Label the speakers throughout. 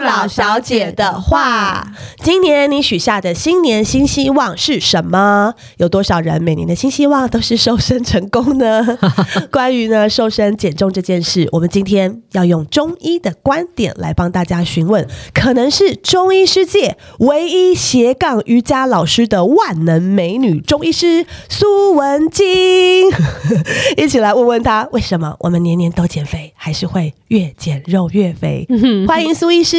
Speaker 1: 老小姐的话。今年你许下的新年新希望是什么？有多少人每年的新希望都是瘦身成功 呢？关于呢瘦身减重这件事，我们今天要用中医的观点来帮大家询问，可能是中医师界唯一斜杠瑜伽老师的万能美女中医师苏文晶， 一起来问问她为什么我们年年都减肥，还是会越减肉越肥？
Speaker 2: 嗯
Speaker 1: 欢迎苏医师。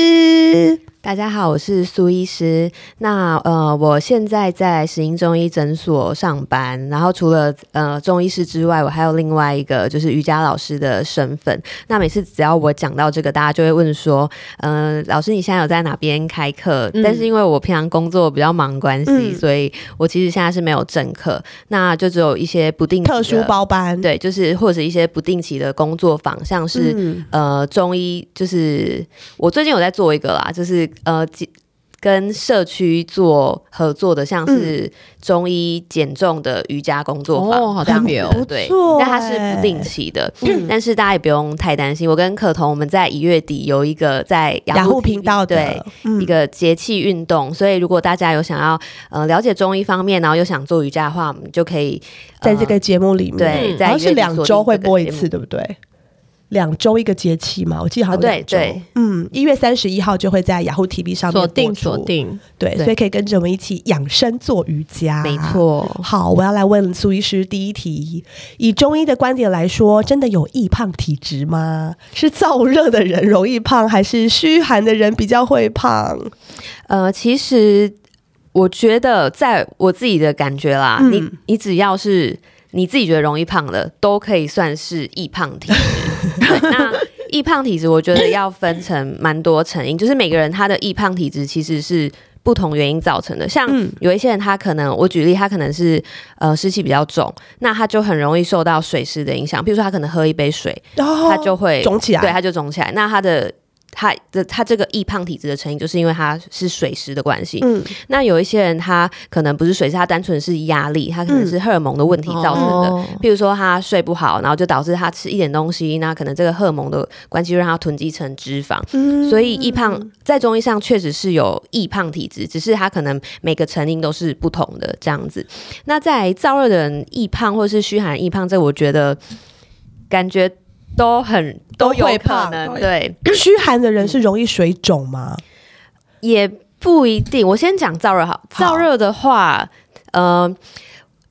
Speaker 2: 大家好，我是苏医师。那呃，我现在在石英中医诊所上班，然后除了呃中医师之外，我还有另外一个就是瑜伽老师的身份。那每次只要我讲到这个，大家就会问说，呃，老师你现在有在哪边开课？但是因为我平常工作比较忙的关系，
Speaker 1: 嗯
Speaker 2: 所以我其实现在是没有正课，那就只有一些不定期的
Speaker 1: 特殊包班，
Speaker 2: 对，就是或者一些不定期的工作坊，像是、
Speaker 1: 嗯
Speaker 2: 呃中医，就是我最近有在做一个啦，就是呃几跟社区做合作的，像
Speaker 1: 嗯
Speaker 2: 是中医减重的瑜伽工作坊，
Speaker 3: 哦好
Speaker 2: 这样
Speaker 3: 特别哦
Speaker 2: 子
Speaker 1: 不
Speaker 2: 对
Speaker 1: 错，欸
Speaker 2: 但它是不定期的，
Speaker 1: 嗯
Speaker 2: 但是大家也不用太担心。我跟可彤我们在一月底有一个在
Speaker 1: 雅虎
Speaker 2: TV
Speaker 1: 频道的
Speaker 2: 对。
Speaker 1: 嗯
Speaker 2: 一个节气运动，所以如果大家有想要呃了解中医方面，然后又想做瑜伽的话，我们就可以、
Speaker 1: 在
Speaker 2: 呃
Speaker 1: 这个节目里面，
Speaker 2: 对在
Speaker 1: 好像是
Speaker 2: 月底
Speaker 1: 两
Speaker 2: 锁定
Speaker 1: 周会
Speaker 2: 这个
Speaker 1: 播一
Speaker 2: 节目
Speaker 1: 次，对不对？两周一个节气嘛，我记得好像
Speaker 2: 哦对
Speaker 1: 两周
Speaker 2: 对，
Speaker 1: 嗯，一月三十一号就会在雅虎 TV 上面
Speaker 3: 锁定
Speaker 1: 播出
Speaker 3: 锁，定，
Speaker 1: 对，
Speaker 2: 对
Speaker 1: 所以可以跟着我们一起养生做瑜伽，
Speaker 2: 没。错，
Speaker 1: 好，我要来问苏医师第一题：以中医的观点来说，真的有易胖体质吗？是燥热的人容易胖，还是虚寒的人比较会胖？
Speaker 2: 呃，其实我觉得，在我自己的感觉啦，
Speaker 1: 嗯
Speaker 2: 你你只要是你自己觉得容易胖的，都可以算是易胖体质。 对那易胖体质，我觉得要分成蛮多成因，就是每个人他的易胖体质其实是。不同原因造成的，像
Speaker 1: 嗯
Speaker 2: 有一些人他可能，我举例，他可能是呃湿气比较重，那他就很容易受到水湿的影响。譬如说，他可能喝一杯水，
Speaker 1: 然后
Speaker 2: 它就会
Speaker 1: 哦肿起来
Speaker 2: 对，它就肿起来。那它的它的它这个易胖体质的成因，就是因为它是水湿的关系。
Speaker 1: 嗯
Speaker 2: 那有一些人他可能不是水湿，他单纯是压力，他可
Speaker 1: 嗯
Speaker 2: 能是荷尔蒙的问题造成的。
Speaker 3: 哦
Speaker 2: 譬如说他睡不好，然后就导致他吃一点东西，那可能这个荷尔蒙的关系就让他囤积成脂肪。
Speaker 1: 嗯
Speaker 2: 所以易胖在中医上确实是有易胖体质，只是它可能每个成因都是不同的这样子。那在燥热的人易胖或是虚寒易胖，这我觉得感觉都很
Speaker 1: 都
Speaker 2: 有
Speaker 1: 会
Speaker 2: 可
Speaker 1: 胖
Speaker 2: 能，
Speaker 1: 都
Speaker 2: 对，
Speaker 1: 虚寒的人是容易水肿吗？
Speaker 2: 也不一定。我先讲燥热好，
Speaker 1: 好
Speaker 2: 燥热的话，呃。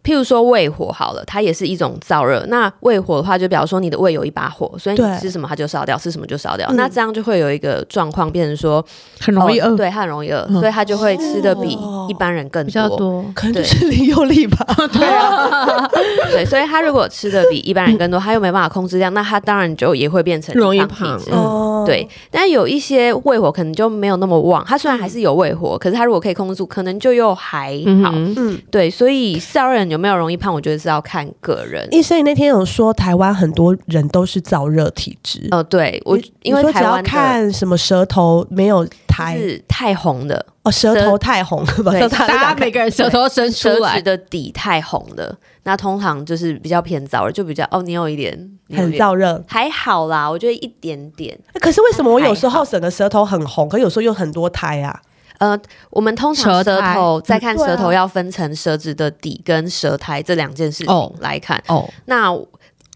Speaker 2: 譬如说胃火好了，它也是一种燥热。那胃火的话，就比方说你的胃有一把火，所以
Speaker 1: 对
Speaker 2: 你吃什么它就烧掉，吃什么就烧掉。
Speaker 1: 嗯
Speaker 2: 那这样就会有一个状况，变成说
Speaker 3: 很容易
Speaker 2: 哦
Speaker 3: 饿，
Speaker 2: 对，他很容易饿，
Speaker 3: 嗯
Speaker 2: 所以他就会吃的比
Speaker 1: 哦
Speaker 2: 一般人更
Speaker 3: 比较多。
Speaker 1: 可能就是林佑利吧。
Speaker 2: 对啊，对，所以他如果吃的比一般人更多，他又没办法控制量，那他当然就也会变成
Speaker 3: 容易
Speaker 2: 胖体质
Speaker 3: 胖嗯
Speaker 1: 哦
Speaker 2: 对，但有一些胃火可能就没有那么旺，他虽然还是有胃火，可是他如果可以控制住，可能就又还
Speaker 3: 嗯
Speaker 2: 好。
Speaker 3: 哼，
Speaker 1: 嗯，
Speaker 2: 对，所以少人有没有容易胖，我觉得是要看个人。
Speaker 1: 医生，你那天有说台湾很多人都是燥热体质，
Speaker 2: 呃，对我
Speaker 1: 你
Speaker 2: 因为
Speaker 1: 你说只
Speaker 2: 台
Speaker 1: 要
Speaker 2: 湾的
Speaker 1: 看什么舌头没有抬，
Speaker 2: 是太红的，
Speaker 1: 哦，舌头太红了吧？
Speaker 2: 对
Speaker 1: 舌头
Speaker 3: 大家每个人舌头伸出
Speaker 2: 舌
Speaker 3: 来
Speaker 2: 质，的底太红的，那通常就是比较偏燥热，就比较哦，你有一点你有一
Speaker 1: 很
Speaker 2: 点
Speaker 1: 燥热。
Speaker 2: 还好啦，我觉得一点点。
Speaker 1: 可是为什么我有时候整个舌头很红，可有时候又很多苔啊？
Speaker 2: 呃，我们通常
Speaker 3: 舌
Speaker 2: 舌
Speaker 3: 苔
Speaker 2: 头再看
Speaker 1: 对啊
Speaker 2: 舌头要分成舌质的底跟舌苔这两件事
Speaker 3: 哦
Speaker 2: 情来看。
Speaker 3: 哦，
Speaker 2: 那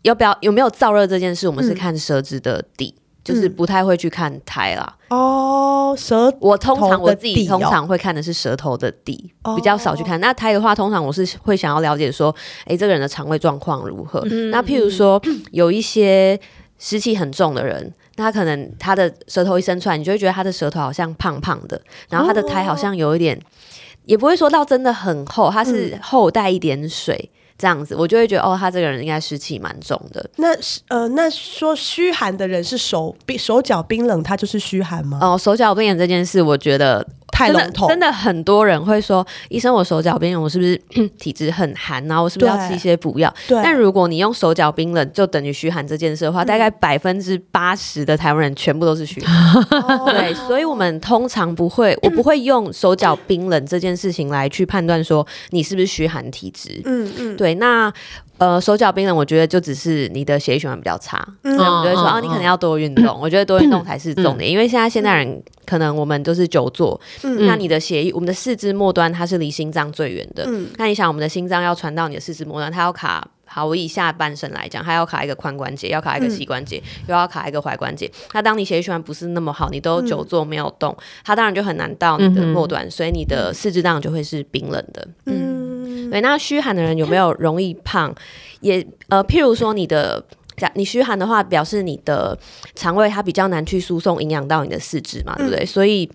Speaker 2: 要不要有没有燥热这件事，我们是
Speaker 1: 嗯
Speaker 2: 看舌质的底，就是不太会去看苔啦。
Speaker 1: 哦，舌
Speaker 2: 我通
Speaker 1: 头
Speaker 2: 常
Speaker 1: 的
Speaker 2: 我自己
Speaker 1: 底哦
Speaker 2: 通常会看的是舌头的底，
Speaker 1: 哦
Speaker 2: 比较少去看。那苔的话，通常我是会想要了解说，诶，这个人的肠胃状况如何？
Speaker 1: 嗯
Speaker 2: 那譬如说， 有一些湿气很重的人。那他可能他的舌头一伸出来，你就会觉得他的舌头好像胖胖的，然后他的苔好像有一点，也不会说到真的很厚，它
Speaker 1: 嗯
Speaker 2: 是厚带一点水这样子，我就会觉得哦，他这个人应该湿气蛮重的。
Speaker 1: 那呃，那说虚寒的人是手冰手脚冰冷，他就是虚寒吗？
Speaker 2: 哦，手脚冰冷这件事，我觉得
Speaker 1: 太
Speaker 2: 真的
Speaker 1: 笼统，
Speaker 2: 真的很多人会说，医生，我手脚冰冷，我是 不是体质很寒然后我是不是要
Speaker 1: 对
Speaker 2: 吃一些补药？
Speaker 1: 对。嗯
Speaker 2: 但如果你用手脚冰冷就等于虚寒这件事的话，大概百分之八十的台湾人全部都是虚 寒。
Speaker 1: 哦
Speaker 2: 对，所以我们通常不 会，我不会用手脚冰冷这件事情来去判断说你是不是虚寒体质。
Speaker 1: 嗯嗯，
Speaker 2: 对，那呃，手脚冰冷，我觉得就只是你的血液循环比较差，
Speaker 1: 嗯
Speaker 2: 所以我们就会说，
Speaker 3: 嗯
Speaker 2: 哦，你可能要多运动。我觉得多运动才是重点，因为现在现代人可能我们都是久坐，
Speaker 1: 嗯
Speaker 2: 那你的血液，我们的四肢末端它是离心脏最远的，
Speaker 1: 嗯
Speaker 2: 那你想，我们的心脏要传到你的四肢末端，它要卡好，我以下半身来讲，它要卡一个髋关节，要卡一
Speaker 1: 嗯
Speaker 2: 个膝关节，又要卡一个踝关节。那当你血液循环不是那么好，你都
Speaker 1: 嗯
Speaker 2: 久坐没有动，它当然就很难到你的末端，所以你的四肢当然就会是冰冷的。
Speaker 1: 嗯
Speaker 2: 对，那虚寒的人有没有容易胖？也呃，譬如说你的。假你虚寒的话，表示你的肠胃它比较难去输送营养到你的四肢嘛，对不对？所以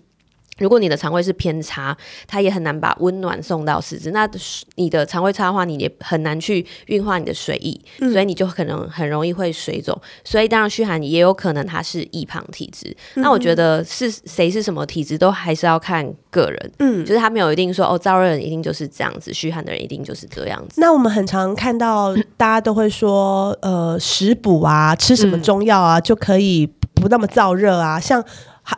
Speaker 2: 如果你的肠胃是偏差，它也很难把温暖送到四肢。那你的肠胃差的话，你也很难去运化你的水液，所以你就可能很容易会水肿。所以当然虚寒也有可能它是易胖体质。那我觉得是谁是什么体质，都还是要看个人。
Speaker 1: 嗯。
Speaker 2: 就是他没有一定说哦，燥热人一定就是这样子，虚寒的人一定就是这样子。
Speaker 1: 那我们很常看到，大家都会说，呃，食补啊，吃什么中药啊，就可以不那么燥热啊，像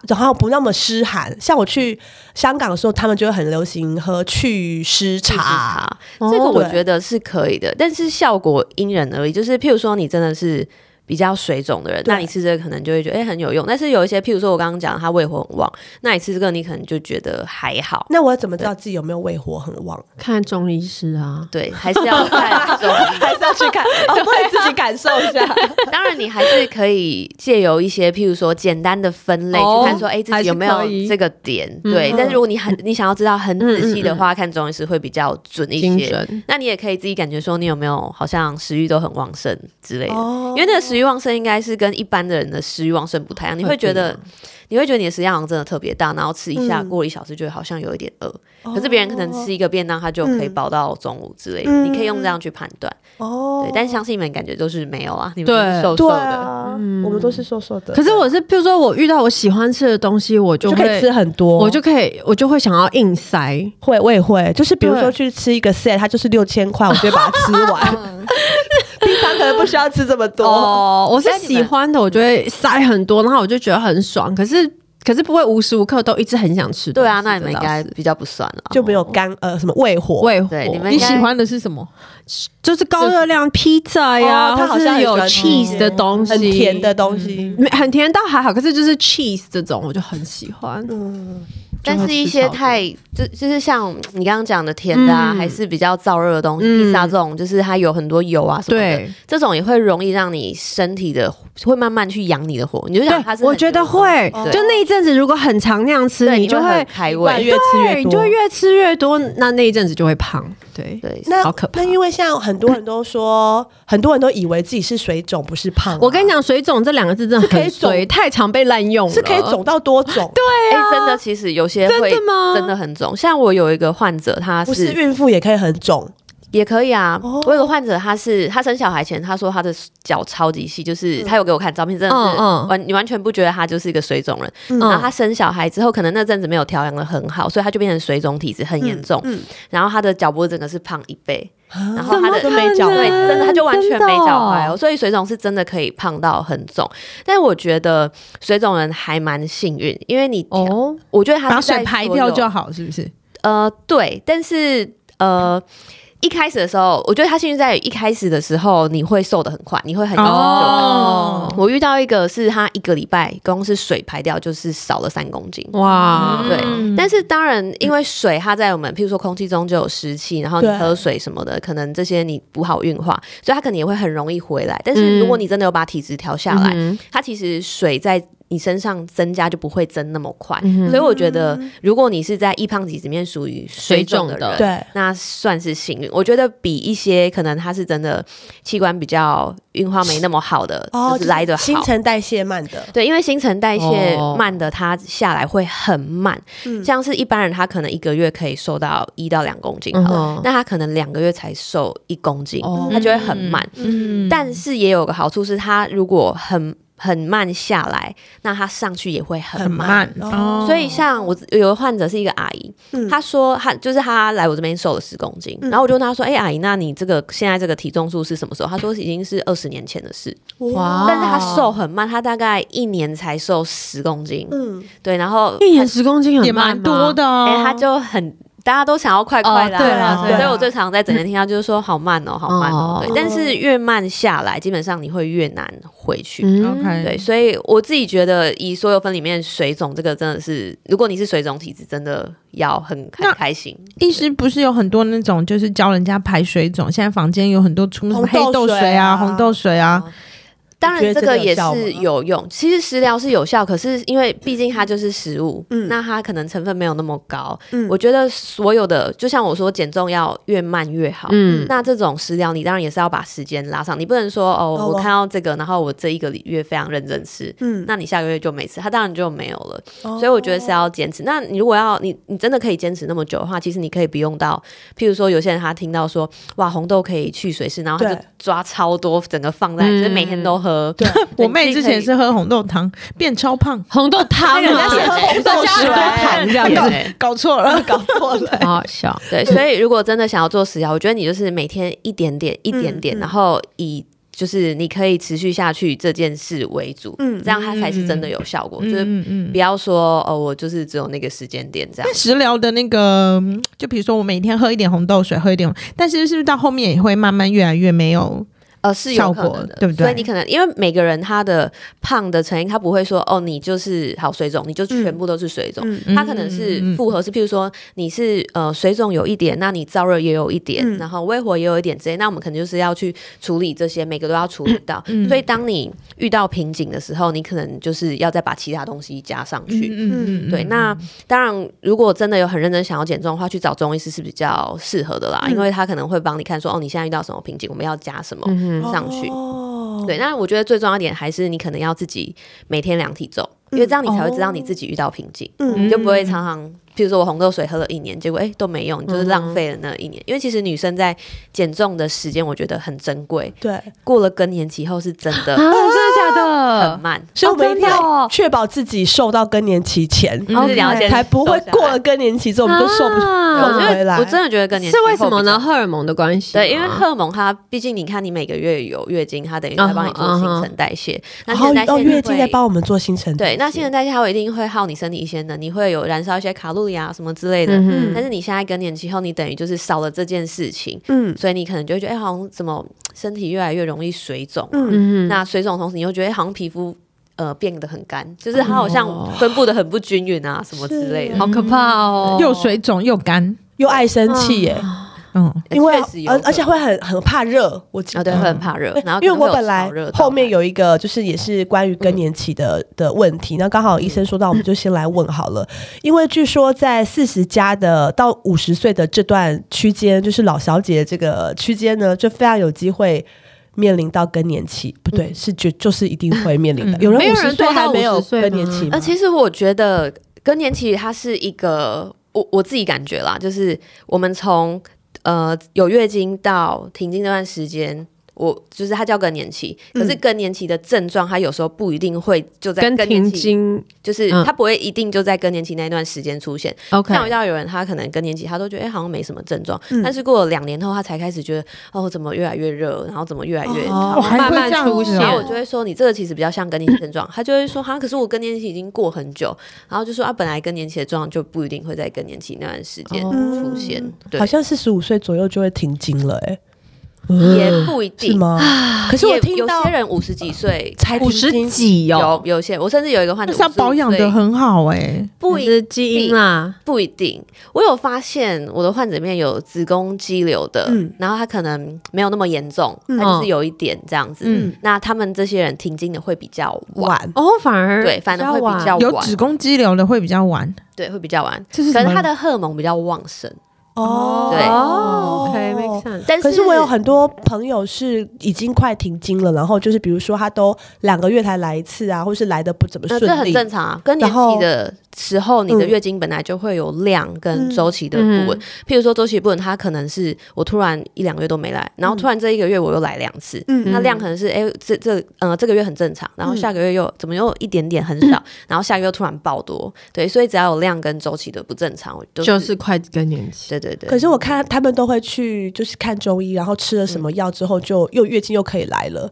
Speaker 1: 然后不那么湿寒。像我去香港的时候，他们就会很流行喝去湿
Speaker 2: 就是
Speaker 1: 茶。
Speaker 2: 它，
Speaker 3: 哦
Speaker 2: 这个我
Speaker 1: 对
Speaker 2: 觉得是可以的，但是效果因人而异。就是譬如说，你真的是比较水肿的人，
Speaker 1: 对
Speaker 2: 那你吃这个可能就会觉得哎、很有用。但是有一些，譬如说我刚刚讲他胃火很旺，那你吃这个你可能就觉得还好。
Speaker 1: 那我要怎么知道自己有没有胃火很旺？
Speaker 3: 看中医师啊，
Speaker 2: 对，还是要看中医。
Speaker 1: 还是要去看，哦，为自己感受一下。
Speaker 2: 当然，你还是可以借由一些，譬如说简单的分类、
Speaker 3: 哦
Speaker 2: 去看说，哎、自己有没有
Speaker 3: 还是可以
Speaker 2: 这个点？对。
Speaker 1: 嗯
Speaker 2: 但是如果你很你想要知道很仔细的话，看中医师会比较准一
Speaker 3: 嗯精
Speaker 2: 些。
Speaker 3: 准。
Speaker 2: 那你也可以自己感觉说，你有没有好像食欲都很旺盛之类的。
Speaker 1: 哦
Speaker 2: 因为那个食欲旺盛应该是跟一般的人的食欲旺盛不太一样，你
Speaker 3: 会
Speaker 2: 会觉得
Speaker 3: 不
Speaker 2: 你会觉得你的食量好像真的特别大，然后吃一下、
Speaker 1: 嗯
Speaker 2: 过了一小时就好像有一点饿，可是别人可能吃一个便当他就可以
Speaker 1: 嗯
Speaker 2: 饱到中午之类的，
Speaker 1: 嗯
Speaker 2: 你可以用这样去判断。
Speaker 1: 哦
Speaker 2: 对，但是相信你们感觉都是没有啊，你们都是
Speaker 3: 对
Speaker 2: 瘦瘦
Speaker 1: 对
Speaker 2: 的。
Speaker 1: 啊，我们都是瘦瘦的，
Speaker 3: 嗯可是我是，譬如说我遇到我喜欢吃的东西，我就
Speaker 1: 就
Speaker 3: 会
Speaker 1: 可以吃很多，
Speaker 3: 我就可以，我就会想要硬塞。
Speaker 1: 会我也会，就是比如说
Speaker 3: 对
Speaker 1: 去吃一个 set，它就是六千块，我就会把它吃完。 平常可能不需要吃这么多，
Speaker 3: 哦，我是
Speaker 2: 但你们
Speaker 3: 喜欢的，我就会塞很多，然后我就觉得很爽。可是，可是不会无时无刻都一直很想吃东西。
Speaker 2: 对啊，那你们应
Speaker 3: 这倒
Speaker 2: 该
Speaker 3: 是
Speaker 2: 比较不算了。
Speaker 1: 就没有肝呃什么胃火。
Speaker 3: 胃火，
Speaker 2: 对你们
Speaker 4: 你
Speaker 2: 应该
Speaker 4: 喜欢的是什么？
Speaker 3: 就是高热量披萨呀，
Speaker 1: 哦他好
Speaker 3: 或是
Speaker 1: 像很喜
Speaker 3: 有
Speaker 1: 欢吃
Speaker 3: cheese 的东西，嗯
Speaker 1: 很甜的东西，
Speaker 3: 没，很甜倒还好，可是就是 cheese 这种我就很喜欢。
Speaker 1: 嗯，
Speaker 2: 但是一些太就就是像你刚刚讲的甜的啊，
Speaker 3: 嗯
Speaker 2: 还是比较燥热的东西，
Speaker 3: 嗯
Speaker 2: 披萨这种就是它有很多油啊什么的，
Speaker 3: 对
Speaker 2: 这种也会容易让你身体的会慢慢去养你的火。你就想它是很
Speaker 3: 我觉得会
Speaker 2: 油的东西
Speaker 3: 就
Speaker 2: 对
Speaker 3: 那一阵子如果很常那样吃，
Speaker 2: 对
Speaker 3: 你就
Speaker 2: 很
Speaker 3: 会
Speaker 2: 开
Speaker 1: 越来
Speaker 2: 胃。
Speaker 1: 越吃
Speaker 3: 对，
Speaker 1: 越
Speaker 3: 你
Speaker 1: 多，
Speaker 3: 就会越吃越多，那那一阵子就会胖。对，啊
Speaker 2: 对，
Speaker 1: 那
Speaker 3: 好可怕
Speaker 1: 那因为像很多人都说，很多人都以为自己是水肿，不是胖啊、
Speaker 3: 我跟你讲，水肿这两个字真的
Speaker 1: 是可以
Speaker 3: 很水，
Speaker 1: 肿
Speaker 3: 太常被滥用了，
Speaker 1: 是可以肿到多肿，对，
Speaker 2: 哎、真的，其实有些
Speaker 3: 真
Speaker 2: 会
Speaker 3: 的吗？
Speaker 2: 真的很肿。像我有一个患者，他
Speaker 1: 不是孕妇也可以很肿，
Speaker 2: 也可以啊。
Speaker 1: 哦
Speaker 2: 我有个患者，他是他生小孩前，他说他的脚超级细，就是他有给我看照片，真的
Speaker 3: 嗯
Speaker 2: 是
Speaker 3: 嗯
Speaker 2: 完你完全不觉得他就是一个水肿人。
Speaker 1: 嗯
Speaker 2: 然后他生小孩之后，可能那阵子没有调养的很好，所以他就变成水肿体质很严重。
Speaker 1: 嗯
Speaker 2: 然后他的脚脖子整个是胖一倍，
Speaker 1: 然
Speaker 4: 啊
Speaker 2: 然后他的
Speaker 1: 都没脚
Speaker 3: 可
Speaker 2: 对，
Speaker 3: 能
Speaker 1: 踝，
Speaker 2: 真的他就完全
Speaker 3: 真的哦
Speaker 2: 没脚踝哦。所以水肿是真的可以胖到很肿，但我觉得水肿人还蛮幸运，因为你调、
Speaker 3: 哦，
Speaker 2: 我觉得他
Speaker 4: 把
Speaker 2: 是在
Speaker 4: 水排
Speaker 2: 所
Speaker 4: 掉
Speaker 2: 有
Speaker 4: 就好，是不是？
Speaker 2: 呃，对，但是呃，一开始的时候，我觉得他幸运在于一开始的时候，你会瘦的很快，你会很有成就感。
Speaker 4: 哦，
Speaker 2: 我遇到一个是他一个礼拜光是水排掉就是少了三公斤。
Speaker 3: 哇，
Speaker 2: 对，
Speaker 4: 嗯
Speaker 2: 但是当然，因为水它在我们，譬如说空气中就有湿气，然后你
Speaker 1: 对
Speaker 2: 喝水什么的，可能这些你不好运化，所以它可能也会很容易回来。但是如果你真的有把体质调下来，
Speaker 3: 嗯
Speaker 2: 它其实水在你身上增加就不会增那么快。
Speaker 3: 嗯
Speaker 2: 所以我觉得，如果你是在易胖体质里面属于水肿的
Speaker 3: 水肿
Speaker 2: 人，
Speaker 3: 的
Speaker 1: 对，
Speaker 2: 那算是幸运。我觉得比一些可能他是真的器官比较运化没那么好的，
Speaker 1: 哦，
Speaker 2: 就是来的好。
Speaker 1: 新陈代谢慢的，
Speaker 2: 对，因为新陈代谢
Speaker 3: 哦
Speaker 2: 慢的，它下来会很慢。
Speaker 1: 嗯
Speaker 2: 像是一般人，他可能一个月可以瘦到一到两公斤好了，
Speaker 3: 嗯哼
Speaker 2: 那他可能两个月才瘦一公斤，
Speaker 3: 哦
Speaker 2: 他就会很慢。
Speaker 4: 嗯
Speaker 2: 但是也有个好处是，他如果很很慢下来，那他上去也会很
Speaker 1: 很
Speaker 2: 慢。
Speaker 4: 慢
Speaker 1: 哦
Speaker 2: 所以像我有个患者是一个阿姨，
Speaker 1: 嗯
Speaker 2: 她说她就是她来我这边瘦了十公斤，
Speaker 1: 嗯
Speaker 2: 然后我就问她说：“哎、阿姨，那你这个现在这个体重数是什么时候？”她说已经是二十年前的事，
Speaker 1: 哇，
Speaker 2: 但是她瘦很慢，她大概一年才瘦十公斤，
Speaker 1: 嗯，
Speaker 2: 对，然后
Speaker 3: 一年十公斤很
Speaker 4: 也蛮多的
Speaker 2: 哎、
Speaker 4: 哦，
Speaker 2: 她就很大家都想要快快的、啊
Speaker 3: 哦对啦
Speaker 1: 对啦
Speaker 2: 所以我最常在整天听到就是说好慢哦，好慢哦。
Speaker 3: 哦
Speaker 2: 对，但是越慢下来，基本上你会越难回去。
Speaker 3: 嗯
Speaker 4: OK，
Speaker 2: 对，所以我自己觉得，以所有分里面，水肿这个真的是，如果你是水肿体质，真的要很很
Speaker 4: 那
Speaker 2: 开心。
Speaker 4: 医师不是有很多那种就是教人家排水肿，现在房间有很多出那什么黑
Speaker 1: 红豆
Speaker 4: 豆
Speaker 1: 水啊
Speaker 4: 水啊、红豆水
Speaker 2: 哦
Speaker 4: 啊，
Speaker 2: 当
Speaker 1: 觉
Speaker 2: 然，
Speaker 1: 得这
Speaker 2: 这
Speaker 1: 个
Speaker 2: 个
Speaker 1: 有
Speaker 2: 也
Speaker 1: 效吗
Speaker 2: 是有用。其实食疗是有效，可是因为毕竟它就是食物，
Speaker 1: 嗯
Speaker 2: 那它可能成分没有那么高。
Speaker 1: 嗯
Speaker 2: 我觉得所有的，就像我说，减重要越慢越好。
Speaker 3: 嗯
Speaker 2: 那这种食疗，你当然也是要把时间拉上，你不能说哦，
Speaker 1: 哦
Speaker 2: 我
Speaker 1: 我
Speaker 2: 看到这个，然后我这一个月非常认真吃，
Speaker 1: 嗯，
Speaker 2: 那你下个月就没吃，它当然就没有了。
Speaker 1: 所
Speaker 2: 所以我觉得
Speaker 1: 哦
Speaker 2: 是要坚持。那你如果要你你真的可以坚持那么久的话，其实你可以不用到，譬如说有些人他听到说哇红豆可以去水湿，然后他就
Speaker 1: 对嗯
Speaker 2: 抓超多，整个放在
Speaker 3: 嗯
Speaker 2: 就是每天都喝。
Speaker 1: 对
Speaker 4: 我妹之前是喝红豆汤变超胖，
Speaker 3: 红豆汤
Speaker 2: 那个
Speaker 3: 啊，
Speaker 2: 人家是
Speaker 1: 红豆
Speaker 3: 十
Speaker 1: 水
Speaker 3: 多糖这样
Speaker 2: 对
Speaker 3: 子，
Speaker 2: 对
Speaker 4: 搞错了，
Speaker 1: 搞错了，
Speaker 3: 好好笑。
Speaker 2: 对，所以如果真的想要做食疗，我觉得你就是每天一点点一点点，
Speaker 1: 嗯嗯
Speaker 2: 然后以。就是你可以持续下去这件事为主，
Speaker 1: 嗯
Speaker 2: 这样它才是真的有效果。就是
Speaker 4: 嗯嗯
Speaker 2: 不。要说哦，我就是只有那个时间点这样
Speaker 4: 那。食疗的那个，嗯就比如说我每天喝一点红豆水，喝一点，但是是不是到后面也会慢慢越来越没有？
Speaker 2: 呃，是
Speaker 4: 效
Speaker 2: 有可
Speaker 4: 果
Speaker 2: 能的，
Speaker 4: 对不对
Speaker 2: 所以你可能因为每个人他的胖的成因，他不会说哦，你就是好水肿，你就全部都是水肿。
Speaker 1: 嗯
Speaker 2: 他可能是
Speaker 4: 嗯嗯嗯
Speaker 2: 复合式，譬如说你是呃水肿有一点，那你燥热也有一点，
Speaker 1: 嗯
Speaker 2: 然后微火也有一点之类，那我们可能就是要去处理这些，每个都要处理到。
Speaker 4: 嗯
Speaker 2: 所以当你遇到瓶颈的时候，你可能就是要再把其他东西加上去。
Speaker 4: 嗯
Speaker 2: 对，那当然，如果真的有很认真想要减重的话，去找中医师是比较适合的啦，
Speaker 1: 嗯
Speaker 2: 因为他可能会帮你看说，哦，你现在遇到什么瓶颈，我们要加什么上去。
Speaker 1: 哦
Speaker 2: 对，那我觉得最重要一点还是你可能要自己每天量体重，因为这样你才会知道你自己遇到瓶颈，
Speaker 3: 哦
Speaker 1: 嗯
Speaker 2: 你就不会常常，譬如说我红豆水喝了一年，结果哎、诶都没用，你就是浪费了那一年。因为其实女生在减重的时间，我觉得很珍贵，
Speaker 1: 对，
Speaker 2: 过了更年期后是嗯真
Speaker 3: 啊，
Speaker 2: 的
Speaker 3: 真的假的
Speaker 2: 很？慢。
Speaker 1: 所以我们一定
Speaker 3: 真的
Speaker 1: 要
Speaker 3: 哦
Speaker 1: 确保自己瘦到更年期前，嗯
Speaker 2: 然后你要先
Speaker 1: 才不会过了更年期之后我们就瘦不
Speaker 3: 啊
Speaker 1: 瘦
Speaker 2: 我
Speaker 1: 不
Speaker 2: 觉
Speaker 1: 回
Speaker 2: 得
Speaker 1: 来。
Speaker 2: 我真的觉得更年期
Speaker 3: 是为什么呢？
Speaker 2: 后比较？
Speaker 3: 荷尔蒙的关系吗？
Speaker 2: 对，因为荷尔蒙它毕竟你看，你每个月有月经，它等于在帮你做
Speaker 3: 嗯哼嗯
Speaker 2: 新
Speaker 3: 哼
Speaker 2: 陈代谢。那
Speaker 1: 然
Speaker 2: 新
Speaker 1: 后
Speaker 2: 陈代谢
Speaker 1: 哦，
Speaker 2: 你
Speaker 1: 月经在
Speaker 2: 会
Speaker 1: 帮我们做新陈代谢
Speaker 2: 对，那新陈代谢它会一定会耗你身体一些能，你会有燃烧一些卡路里啊什么之类的。
Speaker 3: 嗯
Speaker 2: 但是你现在更年期后，你等于就是少了这件事情，
Speaker 1: 嗯
Speaker 2: 所以你可能就会觉得，哎、好像怎么身体越来越容易水肿、啊。
Speaker 1: 嗯
Speaker 3: 嗯
Speaker 2: 那水肿的同时，你又觉得、哎好像皮肤呃变得很干，就是
Speaker 1: 嗯
Speaker 2: 它好
Speaker 1: 哦
Speaker 2: 像分布的很不均匀啊，什么之类的。
Speaker 3: 好可怕哦，
Speaker 4: 又水肿又干，
Speaker 1: 又爱生气耶，
Speaker 4: 嗯，
Speaker 1: 因为
Speaker 2: 确实有
Speaker 1: 而
Speaker 2: 可
Speaker 1: 而且会很很怕热，我记
Speaker 2: 啊，对，
Speaker 1: 得。
Speaker 2: 会很怕热，然后可
Speaker 1: 因为
Speaker 2: 能会
Speaker 1: 我
Speaker 2: 有
Speaker 1: 本来
Speaker 2: 潮热
Speaker 1: 后
Speaker 2: 到
Speaker 1: 面
Speaker 2: 来
Speaker 1: 有一个就是也是关于更年期的、的问题，那刚好医
Speaker 2: 嗯
Speaker 1: 生说到，我们就先来问好了。因为据说在四十加的到五十岁的这段区间，就是老小姐这个区间呢，就非常有机会面临到更年期，不
Speaker 2: 嗯
Speaker 1: 对，是就就是一定会面临的。
Speaker 4: 嗯
Speaker 1: 有人
Speaker 3: 没有
Speaker 1: 五
Speaker 3: 人
Speaker 1: 十岁
Speaker 3: 做到
Speaker 1: 还没有
Speaker 3: 50岁
Speaker 1: 更年期吗
Speaker 2: 呃，？其实我觉得更年期它是一个，我我自己感觉啦，就是我们从呃有月经到停经这段时间。我就是它叫更年期，可是更年期的症状，它有时候不一定会就在
Speaker 3: 嗯跟
Speaker 2: 更
Speaker 3: 停
Speaker 2: 年期，
Speaker 3: 经
Speaker 2: 就是
Speaker 3: 嗯
Speaker 2: 它不会一定就在更年期那段时间出现。
Speaker 3: ，OK，
Speaker 2: 像我遇到有人，他可能更年期，他都觉得哎、好像没什么症状，
Speaker 1: 嗯
Speaker 2: 但是过了两年后，他才开始觉得哦怎么越来越热，然后怎么越来越潮、
Speaker 3: 哦
Speaker 4: 我还
Speaker 3: 慢
Speaker 4: 会
Speaker 3: 慢
Speaker 4: 这样
Speaker 3: 出
Speaker 4: 子
Speaker 3: 现
Speaker 4: 哦
Speaker 2: 然后我就会说你这个其实比较像更年期症状，他就会说哈，可是我更年期已经过很久，然后就说啊，本来更年期的状况就不一定会在更年期那段时间
Speaker 3: 哦
Speaker 2: 出现，对
Speaker 1: 好，像四十五岁左右就会停经了、欸，呃
Speaker 2: 也不一
Speaker 1: 嗯是
Speaker 2: 定。
Speaker 1: 吗？可是我
Speaker 2: 也
Speaker 1: 听到
Speaker 2: 有些人五十几岁
Speaker 1: 才
Speaker 3: 五
Speaker 1: 停
Speaker 3: 十
Speaker 1: 经
Speaker 3: 几哦哟，
Speaker 2: 有有些，我甚至有一个患
Speaker 4: 但
Speaker 2: 者
Speaker 4: 是要保养的
Speaker 2: 55岁
Speaker 4: 很好哎，
Speaker 2: 不
Speaker 3: 还
Speaker 2: 一
Speaker 3: 是基因啦，
Speaker 2: 不一定，我有发现我的患者里面有子宫肌瘤的，
Speaker 1: 嗯
Speaker 2: 然后他可能没有那么严重，
Speaker 1: 嗯
Speaker 2: 他就是有一点这样子。
Speaker 4: 嗯
Speaker 2: 那他们这些人停经的会比较晚，
Speaker 1: 晚
Speaker 3: 哦，反而
Speaker 2: 对反而会比较
Speaker 4: 有
Speaker 2: 晚
Speaker 4: 子宫肌瘤的会比较晚，
Speaker 2: 对，会比较晚，
Speaker 4: 这是
Speaker 2: 可
Speaker 4: 什
Speaker 2: 能
Speaker 4: 么
Speaker 2: 他的荷尔蒙比较旺盛。
Speaker 1: 哦
Speaker 2: 对
Speaker 3: 哦，OK，make sense，
Speaker 2: 但是
Speaker 1: 可是我有很多朋友是已经快停经了，然后就是比如说他都两个月才来一次啊，或是来的不怎么
Speaker 2: 那
Speaker 1: 顺
Speaker 2: 这很
Speaker 1: 利。
Speaker 2: 正常啊。更年
Speaker 1: 然后
Speaker 2: 期的时候，你的
Speaker 1: 嗯
Speaker 2: 月经本来就会有量跟
Speaker 1: 嗯
Speaker 2: 周期的
Speaker 3: 嗯
Speaker 2: 不稳。譬如说周期不稳，它可能是我突然一两个月都没来，然后突然这一个月我又来两次。
Speaker 1: 嗯
Speaker 2: 那量可能是哎、这这呃这个月很正常，然后
Speaker 1: 嗯
Speaker 2: 下个月又怎么又一点点很少，然后下个月又突然爆多，对，所以只要有量跟周期的不正常，我都
Speaker 3: 就是是快更年期，
Speaker 2: 对对对。
Speaker 1: 可是我看他们都会去就是看中医，然后吃了什么药之后就又月经又可以来了。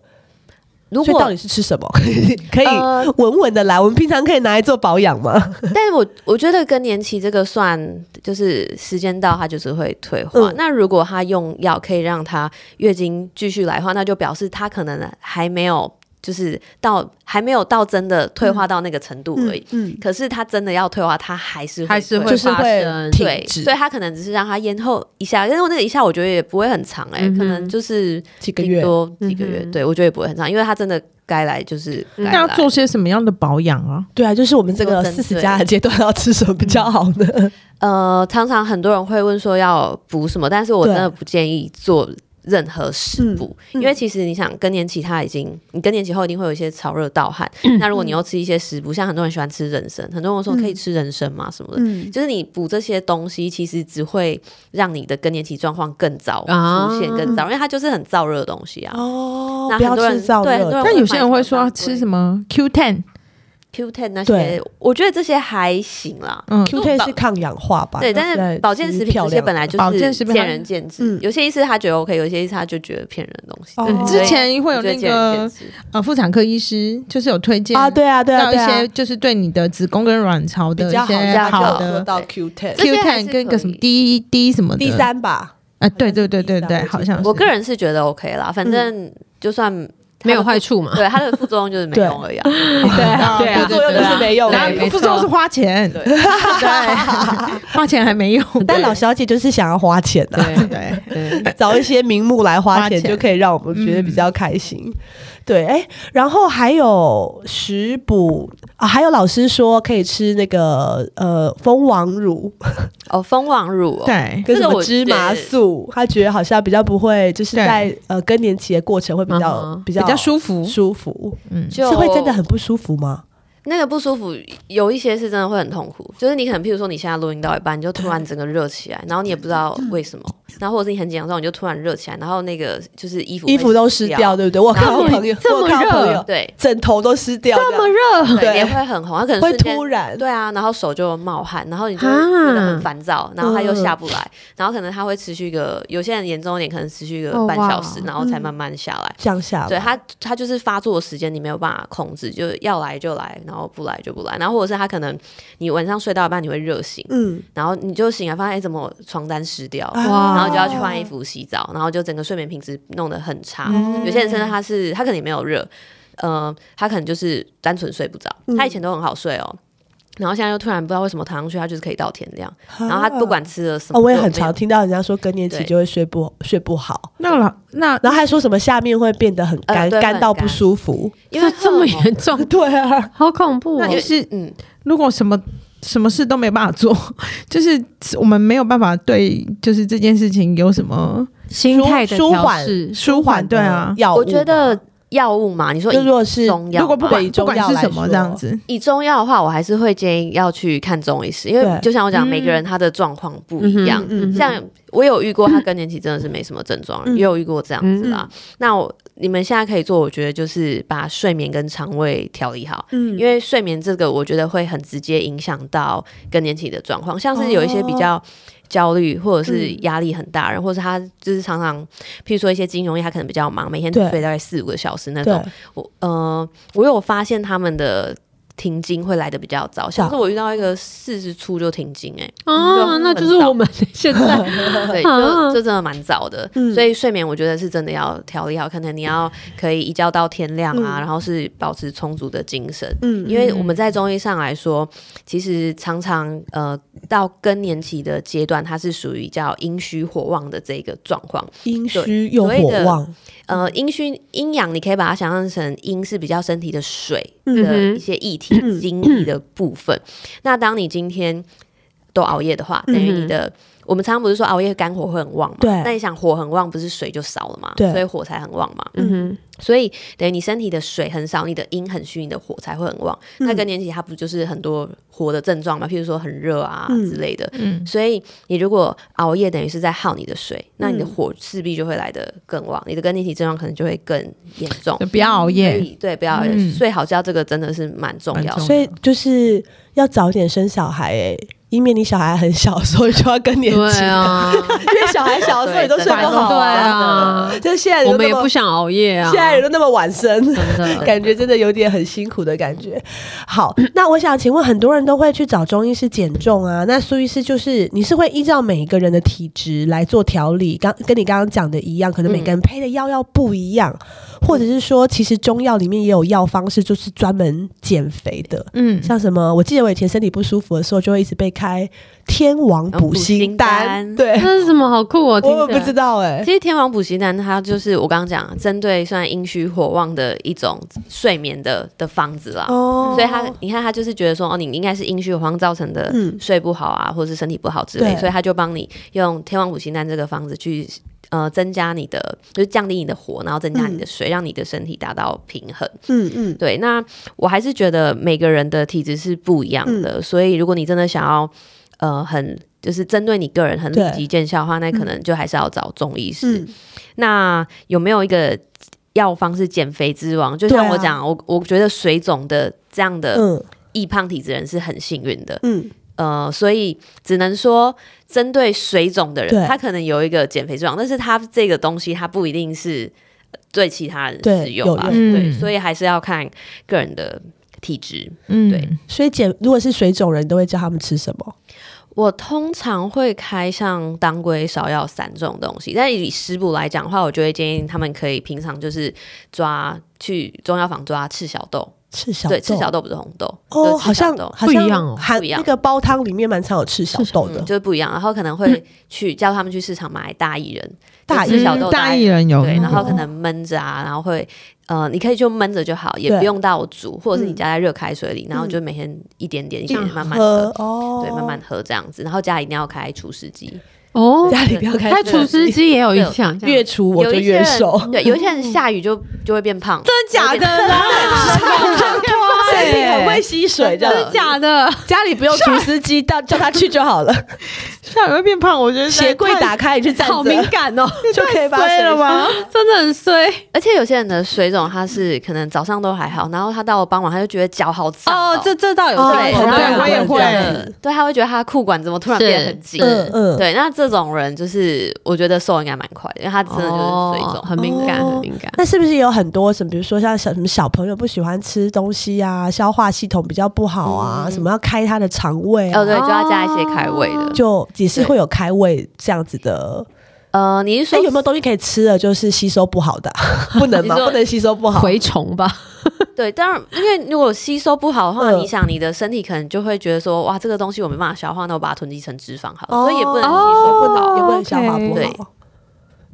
Speaker 2: 如
Speaker 1: 所以到
Speaker 2: 果
Speaker 1: 底是吃什 么 可
Speaker 2: 呃
Speaker 1: 以稳稳的来？我们平常可以拿来做保养 吗？
Speaker 2: 但是我我觉得更年期这个算就是时间到，它就是会退化。
Speaker 1: 嗯
Speaker 2: 那如果他用药可以让他月经继续来的话，那就表示他可能还没有就是到还没有到真的退化到那个程度而已。
Speaker 1: 嗯，
Speaker 2: 可是他真的要退化，他还是
Speaker 3: 还是
Speaker 2: 退
Speaker 3: 会
Speaker 1: 就是
Speaker 3: 发
Speaker 1: 会
Speaker 3: 生
Speaker 1: 停
Speaker 2: 对，
Speaker 1: 止
Speaker 2: 所以他可能只是让他延后一下，因为那个一下我觉得也不会很长哎、
Speaker 3: 嗯哼
Speaker 2: 可能就是
Speaker 1: 几个
Speaker 2: 顶
Speaker 1: 月。
Speaker 2: 多几个月，
Speaker 3: 嗯哼
Speaker 2: 对我觉得也不会很长，因为他真的该来就是该
Speaker 3: 嗯
Speaker 2: 来。
Speaker 4: 那要做些什么样的保养啊？
Speaker 1: 对啊，就是我们这个
Speaker 2: 有针
Speaker 1: 四
Speaker 2: 对
Speaker 1: 十加的阶段要吃什么比较好呢？
Speaker 2: 呃，常常很多人会问说要补什么，但是我
Speaker 1: 对
Speaker 2: 真的不建议做任何食补，
Speaker 1: 嗯嗯
Speaker 2: 因为其实你想更年期它已经，你更年期后一定会有一些潮热 盗汗，那如果你又吃一些食补，像很多人喜欢吃人参，很多人说可以吃人参嘛什么的。
Speaker 1: 嗯，
Speaker 2: 就是你补这些东西，其实只会让你的更年期状况更早
Speaker 3: 啊
Speaker 2: 出现，更早，因为它就是很燥热的东西啊。
Speaker 1: 哦，
Speaker 2: 那
Speaker 1: 不要
Speaker 2: 很多
Speaker 1: 吃
Speaker 2: 人
Speaker 1: 燥
Speaker 2: 对
Speaker 1: 热
Speaker 2: 很多
Speaker 1: 的。
Speaker 2: 人
Speaker 4: 但有些人会说
Speaker 2: 我
Speaker 4: 要
Speaker 2: 买什么
Speaker 4: 吃什么 Q ten，
Speaker 2: Q10 那
Speaker 1: 对
Speaker 2: 些，我觉得这些还行啦。
Speaker 4: 嗯，
Speaker 1: Q ten 是抗氧化吧？
Speaker 2: 对，但
Speaker 1: 那
Speaker 2: 是保健食品
Speaker 1: 漂
Speaker 2: 这
Speaker 1: 亮
Speaker 2: 些本来就
Speaker 4: 保健
Speaker 2: 是
Speaker 4: 食品它
Speaker 2: 见仁见智
Speaker 1: 嗯，
Speaker 2: 有些医师他觉得 OK，有些医师他就觉得骗人的东西。
Speaker 1: 哦
Speaker 2: 对
Speaker 4: 之前会有
Speaker 2: 我觉得
Speaker 4: 那
Speaker 2: 见仁见
Speaker 4: 个
Speaker 2: 智
Speaker 4: 呃妇产科医师，就是有推荐
Speaker 1: 啊，对啊，对啊，
Speaker 4: 到一
Speaker 1: 对啊
Speaker 4: 些就是对你的子宫跟卵巢的
Speaker 1: 比
Speaker 4: 一
Speaker 1: 较好
Speaker 4: 些
Speaker 2: 较
Speaker 4: 好
Speaker 2: 好
Speaker 4: 的
Speaker 2: 的
Speaker 1: 到 Q ten
Speaker 2: 这
Speaker 4: Q
Speaker 2: 些还是
Speaker 4: ten 跟
Speaker 2: 可
Speaker 4: 个
Speaker 2: 以
Speaker 4: 什么 D D 什么的
Speaker 1: 第三吧，
Speaker 4: 啊，对对对对对，
Speaker 1: 第三
Speaker 4: 好像是
Speaker 2: 我个人是觉得 OK 啦，反正就算
Speaker 3: 没有坏
Speaker 2: 处，
Speaker 3: 处嘛？
Speaker 2: 对它的副作用就是没
Speaker 1: 对
Speaker 2: 用 而已啊。
Speaker 4: 啊
Speaker 1: 对
Speaker 4: 对
Speaker 1: 啊，
Speaker 4: 啊
Speaker 1: 副作用就是没用
Speaker 3: 对
Speaker 1: 而
Speaker 3: 啊
Speaker 1: 已。
Speaker 3: 对没
Speaker 4: 不
Speaker 3: 错
Speaker 4: 知道是花钱，
Speaker 2: 对
Speaker 4: 对，花钱还没用，
Speaker 1: 但老小姐就是想要花钱啊，
Speaker 3: 对
Speaker 4: 对，
Speaker 3: 对，
Speaker 1: 找一些名目来花钱，嗯
Speaker 4: 花钱
Speaker 1: 就可以让我们觉得比较开心。对，哎、然后还有食补啊，还有老师说可以吃那个呃蜂王乳
Speaker 2: 哦，蜂王乳哦，
Speaker 4: 对，
Speaker 1: 跟
Speaker 2: 这
Speaker 1: 什
Speaker 2: 个
Speaker 1: 么
Speaker 2: 我
Speaker 1: 芝麻
Speaker 2: 觉得
Speaker 1: 素，他觉得好像比较不会，就是
Speaker 4: 对
Speaker 1: 在呃更年期的过程会比较、
Speaker 3: 嗯哼
Speaker 1: 比
Speaker 4: 比
Speaker 1: 较
Speaker 4: 较舒服，
Speaker 1: 舒服，
Speaker 4: 嗯，
Speaker 2: 就是
Speaker 1: 会真的很不舒服吗？
Speaker 2: 那个不舒服，有一些是真的会很痛苦。就是你可能，譬如说你现在录音到一半，你就突然整个热起来，然后你也不知道
Speaker 1: 嗯
Speaker 2: 为什么，然后或者是你很紧张的时候，你就突然热起来，然后那个就是衣服
Speaker 1: 衣服
Speaker 2: 会
Speaker 1: 都湿掉，。对不对？我看到朋友，
Speaker 3: 这么
Speaker 1: 我看到朋友
Speaker 3: 热，
Speaker 2: 对，
Speaker 1: 枕头都湿掉，
Speaker 3: 这么热，
Speaker 2: 对，
Speaker 1: 对
Speaker 2: 脸会很红，它可能
Speaker 1: 会
Speaker 2: 瞬间
Speaker 1: 突然
Speaker 2: 对啊，然后手就冒汗，然后你就会觉得很烦躁，然后它又
Speaker 3: 嗯
Speaker 2: 下不来，然后可能它会持续一个，有些人严重一点，可能持续一个
Speaker 3: 哦
Speaker 2: 半小时，
Speaker 3: 哇
Speaker 2: 然后才慢慢下来。
Speaker 1: 降下来，
Speaker 2: 对它，它就是发作的时间你没有办法控制，就要来就来，然后不来就不来，然后或者是它可能你晚上睡到一半你会热醒，
Speaker 1: 嗯，
Speaker 2: 然后你就醒来发现哎怎么床单湿掉，
Speaker 1: 哇
Speaker 2: 然后就要去换衣服、洗澡，然后就整个睡眠品质弄得很差。
Speaker 1: 嗯
Speaker 2: 有些人甚至他是他可能也没有热，呃，他可能就是单纯睡不着。
Speaker 1: 嗯
Speaker 2: 他以前都很好睡哦，然后现在又突然不知道为什么躺上去，他就是可以到天亮。嗯然后他不管吃了什么，
Speaker 1: 啊哦，我也
Speaker 2: 就
Speaker 1: 很
Speaker 2: 没有
Speaker 1: 常听到人家说更年期
Speaker 2: 对
Speaker 1: 就会睡不睡不好，
Speaker 4: 那老那
Speaker 1: 然后还说什么下面会变得很
Speaker 2: 呃
Speaker 1: 干，
Speaker 2: 对
Speaker 1: 干、
Speaker 2: 很
Speaker 1: 到不
Speaker 2: 干
Speaker 1: 舒服。
Speaker 2: 因为
Speaker 3: 这这么
Speaker 2: 荷尔蒙
Speaker 3: 严重，
Speaker 1: 对啊，
Speaker 3: 好恐怖
Speaker 4: 那
Speaker 3: 哦！
Speaker 4: 就是
Speaker 2: 嗯，
Speaker 4: 如果什么什么事都没办法做， 就是我们没有办法对，就是这件事情有什么
Speaker 3: 心态的
Speaker 1: 舒
Speaker 3: 调
Speaker 1: 缓
Speaker 3: 试，
Speaker 4: 舒缓？对啊，
Speaker 1: 药物
Speaker 2: 我
Speaker 1: 嘛，
Speaker 2: 觉得药物嘛，你说
Speaker 1: 就如
Speaker 2: 以
Speaker 1: 果是
Speaker 2: 中药嘛，
Speaker 4: 如果不
Speaker 1: 对
Speaker 4: 管
Speaker 1: 以
Speaker 4: 不
Speaker 1: 中
Speaker 4: 管
Speaker 1: 药
Speaker 4: 是
Speaker 1: 来
Speaker 4: 什么
Speaker 1: 说
Speaker 4: 这样子，
Speaker 2: 以中药的话，我还是会建议要去看中医师，因
Speaker 1: 对
Speaker 2: 为就像我讲，每个
Speaker 4: 嗯
Speaker 2: 人他的状况不一样。
Speaker 1: 嗯
Speaker 2: 像我有遇过，他更年期真的是没什么症状，
Speaker 1: 嗯
Speaker 2: 也有遇过这样子啦。那我你们现在可以做，我觉得就是把睡眠跟肠胃调理好。
Speaker 1: 嗯
Speaker 2: 因为睡眠这个，我觉得会很直接影响到更年期的状况，像是有一些比
Speaker 1: 哦
Speaker 2: 较焦虑或者是压力很大人，或者是他就是常常，譬如说一些金融业，他可能比较忙，每天只
Speaker 1: 对
Speaker 2: 睡大概四五个小时那
Speaker 1: 对
Speaker 2: 种。我呃，我有发现他们的停经会来的比较早，像是我遇到一个四十出就停经、欸，
Speaker 3: 啊，那就是我们 现 在
Speaker 2: 对，
Speaker 3: 啊
Speaker 2: 就就真的蛮早的，
Speaker 1: 嗯
Speaker 2: 所以睡眠我觉得是真的要调理好，可能你要可以一觉到天亮
Speaker 1: 嗯
Speaker 2: 啊，然后是保持充足的精神。
Speaker 1: 嗯
Speaker 2: 因为我们在中医上来说，其实常常呃到更年期的阶段，它是属于叫阴虚火旺的这个状况。
Speaker 1: 阴
Speaker 2: 对
Speaker 1: 虚又
Speaker 2: 所谓
Speaker 1: 火
Speaker 2: 的
Speaker 1: 旺，嗯
Speaker 2: 呃，阴虚阴阳，你可以把它想象成阴是比较身体的水
Speaker 1: 嗯
Speaker 2: 的
Speaker 3: 哼
Speaker 2: 一些液体、精液的部分。那当你今天都熬夜的话，等于
Speaker 3: 嗯哼
Speaker 2: 你的。我们常常不是说熬夜肝火会很旺嘛？
Speaker 1: 对
Speaker 2: 那你想火很旺，不是水就少了嘛？
Speaker 1: 对
Speaker 2: 所以火才很旺嘛。
Speaker 3: 嗯
Speaker 2: 所以等于你身体的水很少，你的阴很虚，你的火才会很旺。那更年期它不就是很多火的症状嘛？譬如说很热啊
Speaker 1: 嗯
Speaker 2: 之类的。
Speaker 4: 嗯，
Speaker 2: 所以你如果熬夜，等于是在耗你的水，那你的火势必就会来得更旺，你的更年期症状可能就会更严重。
Speaker 4: 就不要熬
Speaker 2: 所
Speaker 4: 夜，
Speaker 2: 以对，不要、
Speaker 4: 嗯
Speaker 2: 睡好觉，这个真的是蛮重要
Speaker 4: 蛮
Speaker 2: 的。
Speaker 4: 重
Speaker 1: 所以就是要早点生小孩、哎，以免你小孩很小的时候就要更年
Speaker 3: 哼，
Speaker 1: 期，
Speaker 3: 对啊，
Speaker 1: 因为小孩小的时候你都睡不
Speaker 2: 对真的
Speaker 1: 好、
Speaker 3: 对啊，
Speaker 1: 就是现在人
Speaker 3: 我们
Speaker 1: 都
Speaker 3: 也
Speaker 1: 那么
Speaker 3: 不想熬夜啊
Speaker 1: 现，在代人都那么晚生，
Speaker 2: 真的
Speaker 1: 感觉真的有点很辛苦的感觉。好，那我想请问，很多人都会去找中医师减重啊，那苏医师就是你是会依照每一个人的体质来做调理，刚跟你刚刚讲的一样，可能每个人配的药药不一样，或者是说，其实中药里面也有药方是就是专门减肥的，
Speaker 4: 嗯，
Speaker 1: 像什么，我记得我以前身体不舒服的时候，就会一直被开天王补心丹，
Speaker 2: 嗯补心丹
Speaker 1: 对，
Speaker 3: 这是什么好酷哦？听
Speaker 1: 我也
Speaker 3: 起来
Speaker 1: 不知道哎、
Speaker 2: 其实天王补习丹它就是我刚刚讲针对算阴虚火旺的一种睡眠的的方子啦。
Speaker 1: 哦
Speaker 2: 所以他，你看他就是觉得说，哦，你应该是阴虚火旺造成的
Speaker 1: 嗯
Speaker 2: 睡不好啊，或者是身体不好之类，
Speaker 1: 对
Speaker 2: 所以他就帮你用天王补心丹这个方子去，呃，增加你的，就是降低你的火，然后增加你的水，让你的身体达到平衡。
Speaker 1: 嗯嗯，
Speaker 2: 对，那我还是觉得每个人的体质是不一样的，
Speaker 1: 嗯
Speaker 2: 所以如果你真的想要，呃，很就是针对你个人很
Speaker 1: 对
Speaker 2: 立即见效的话，那可能就还是要找中医师。
Speaker 1: 嗯
Speaker 2: 那有没有一个药方是减肥之王？就像
Speaker 1: 对啊
Speaker 2: 我讲，我我觉得水肿的这样的
Speaker 1: 嗯
Speaker 2: 易胖体质人是很幸运的，
Speaker 1: 嗯，
Speaker 2: 呃，所以只能说针对水肿的
Speaker 1: 对
Speaker 2: 人，他可能有一个减肥之王，但是他这个东西他不一定是呃对其他人
Speaker 1: 对
Speaker 2: 适用吧？
Speaker 1: 有
Speaker 4: 用
Speaker 2: 对，
Speaker 4: 嗯
Speaker 2: 所以还是要看个人的体质。
Speaker 4: 嗯
Speaker 2: 对
Speaker 1: 所以减如果是水肿人，你都会叫他们吃什么？
Speaker 2: 我通常会开像当归、芍药散这种东西，但以食补来讲的话，我就会建议他们可以平常就是抓去中药房抓赤小豆，
Speaker 1: 赤小豆，
Speaker 2: 对，赤小豆不是红豆，
Speaker 1: 哦，
Speaker 2: 就是
Speaker 1: 好
Speaker 2: 赤小
Speaker 1: 像
Speaker 2: 豆
Speaker 1: 好像
Speaker 3: 不一样哦
Speaker 1: 含
Speaker 2: 不一样
Speaker 1: 那个煲汤里面蛮常有赤小豆的
Speaker 2: 嗯，就是不一样。然后可能会去叫他们去市场买大薏仁，
Speaker 1: 大
Speaker 2: 就是
Speaker 1: 薏
Speaker 2: 小
Speaker 1: 仁
Speaker 2: 豆
Speaker 4: 嗯大
Speaker 2: 大
Speaker 4: 艺
Speaker 2: 薏
Speaker 4: 人
Speaker 1: 哦
Speaker 4: 有，
Speaker 2: 对，然 后可能焖着啊，然后会呃，你可以就焖着就好，也
Speaker 1: 对
Speaker 2: 不用到煮，或者是你
Speaker 1: 嗯
Speaker 2: 加在热开水里，然后
Speaker 1: 嗯
Speaker 2: 就每天一点点一点点慢慢
Speaker 1: 喝
Speaker 2: 喝，
Speaker 1: 哦，
Speaker 2: 对，慢慢喝这样子。然后家里一定要开除湿机，
Speaker 3: 哦，
Speaker 1: 家里不要开
Speaker 3: 开
Speaker 1: 始
Speaker 3: 除湿机也有影响，这样
Speaker 1: 越除我
Speaker 2: 有
Speaker 1: 就
Speaker 2: 一些
Speaker 1: 越
Speaker 2: 人
Speaker 1: 瘦，嗯
Speaker 2: 对，有一些人下雨就就会变胖，
Speaker 3: 真的假的啦？
Speaker 1: 身体很会吸水，这
Speaker 3: 真的
Speaker 1: 样
Speaker 3: 假的？
Speaker 1: 家里不用除湿机，到叫他去就好了。
Speaker 4: 下雨会变胖，我觉得
Speaker 1: 鞋柜打开你去站
Speaker 3: 好
Speaker 1: 着
Speaker 3: 敏感 哦，
Speaker 1: 就可以把
Speaker 4: 对
Speaker 1: 水
Speaker 4: 了吗？
Speaker 3: 真的很衰
Speaker 2: 而且有些人的水肿，他是可能早上都还好，然后他到了傍晚他就觉得脚好胀
Speaker 3: 哦。这这倒有
Speaker 1: 哦
Speaker 2: 对，啊
Speaker 3: 对，
Speaker 1: 好
Speaker 2: 然后
Speaker 1: 对
Speaker 2: 他
Speaker 1: 我也
Speaker 2: 觉
Speaker 1: 会
Speaker 2: 得对，他会觉得他的裤管怎么突然
Speaker 3: 是
Speaker 2: 变得很紧，
Speaker 1: 嗯嗯
Speaker 2: 对，那这种人就是我觉得瘦应该蛮快的，因为他真的就是水肿。
Speaker 3: 哦很敏感，
Speaker 1: 哦
Speaker 3: 很敏感。
Speaker 1: 那是不是也有很多什么，比如说像小什么小朋友不喜欢吃东西啊，消化系统比较不好啊，
Speaker 2: 嗯
Speaker 1: 什么要开他的肠胃啊，
Speaker 2: 哦，对，就要加一些开胃的。
Speaker 1: 就也是会有开胃这样子的。
Speaker 2: 呃，你是
Speaker 1: 所
Speaker 2: 说
Speaker 1: 以哎有没有东西可以吃的，就是吸收不好的 啊，不能吗？
Speaker 2: 你说
Speaker 1: 不能吸收不好。
Speaker 3: 蛔虫吧，
Speaker 2: 对？当然，因为如果吸收不好的话，
Speaker 1: 嗯
Speaker 2: 你想你的身体可能就会觉得说，哇，这个东西我没办法消化，那我把它囤积成脂肪好了，
Speaker 1: 哦
Speaker 2: 所以也不能吸收不好。
Speaker 1: 也不能
Speaker 3: OK
Speaker 1: 消化不
Speaker 2: 对
Speaker 1: 好。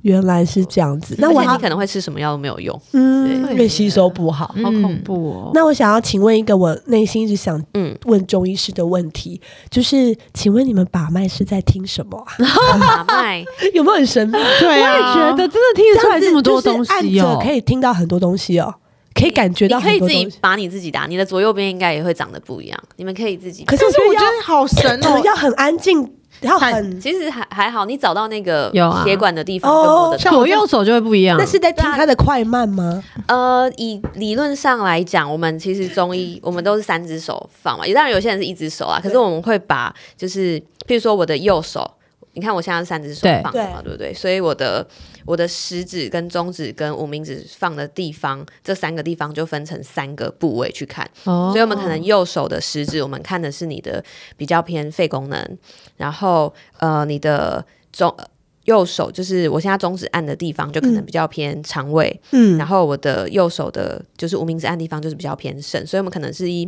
Speaker 1: 原来是这样子，那我
Speaker 2: 而且
Speaker 1: 要
Speaker 2: 你可能会吃什么药都没有用。
Speaker 1: 嗯，
Speaker 2: 对
Speaker 1: 因为吸收不好。
Speaker 4: 嗯
Speaker 3: 好恐怖哦。
Speaker 1: 那我想要请问一个我内心一直想
Speaker 2: 嗯，
Speaker 1: 问中医师的问题，就是请问你们把脉是在听什么啊？
Speaker 2: 把 脉，
Speaker 1: 有没有很 神秘？
Speaker 4: 对
Speaker 3: 我也
Speaker 4: 啊，
Speaker 3: 觉得真的听得出来
Speaker 1: 这
Speaker 3: 这
Speaker 1: 样
Speaker 3: 么
Speaker 1: 子
Speaker 3: 多
Speaker 1: 就是
Speaker 3: 东
Speaker 1: 按
Speaker 3: 西
Speaker 1: 着
Speaker 3: 哦
Speaker 1: 可。以听到很多东西哦，可以感觉
Speaker 2: 你
Speaker 1: 到
Speaker 2: 可
Speaker 1: 很
Speaker 2: 以
Speaker 1: 多
Speaker 2: 自
Speaker 1: 东
Speaker 2: 己
Speaker 1: 西。
Speaker 2: 把你自己打，你的左右边应该也会长得不一样。你们可以自己，
Speaker 1: 可是我
Speaker 4: 但哎是
Speaker 1: 觉
Speaker 4: 我
Speaker 1: 得
Speaker 4: 觉得好神
Speaker 1: 要
Speaker 4: 哦，
Speaker 1: 要很安静，要很
Speaker 2: 其实还还好，你找到那个
Speaker 3: 有啊
Speaker 2: 血管的地方就摸
Speaker 1: 哦
Speaker 2: 得到。
Speaker 3: 左右手就会不一样
Speaker 1: 那，是在听它的快慢吗？
Speaker 2: 呃，以理论上来讲，我们其实中医我们都是三只手放嘛，有当然有些人是一只手啊，可是我们会把就是，譬如说我的右手，你看我现在是三只手
Speaker 3: 对
Speaker 2: 放的嘛，对不对？所以我的我的食指跟中指跟无名指放的地方，这三个地方就分成三个部位去看，
Speaker 3: 哦
Speaker 2: 所以我们可能右手的食指，我们看的是你的比较偏肺功能，然后呃你的中。呃右手就是我现在中指按的地方，就可能
Speaker 1: 嗯
Speaker 2: 比较偏肠胃，
Speaker 1: 嗯
Speaker 2: 然后我的右手的就是无名指按地方就是比较偏肾，所以我们可能是以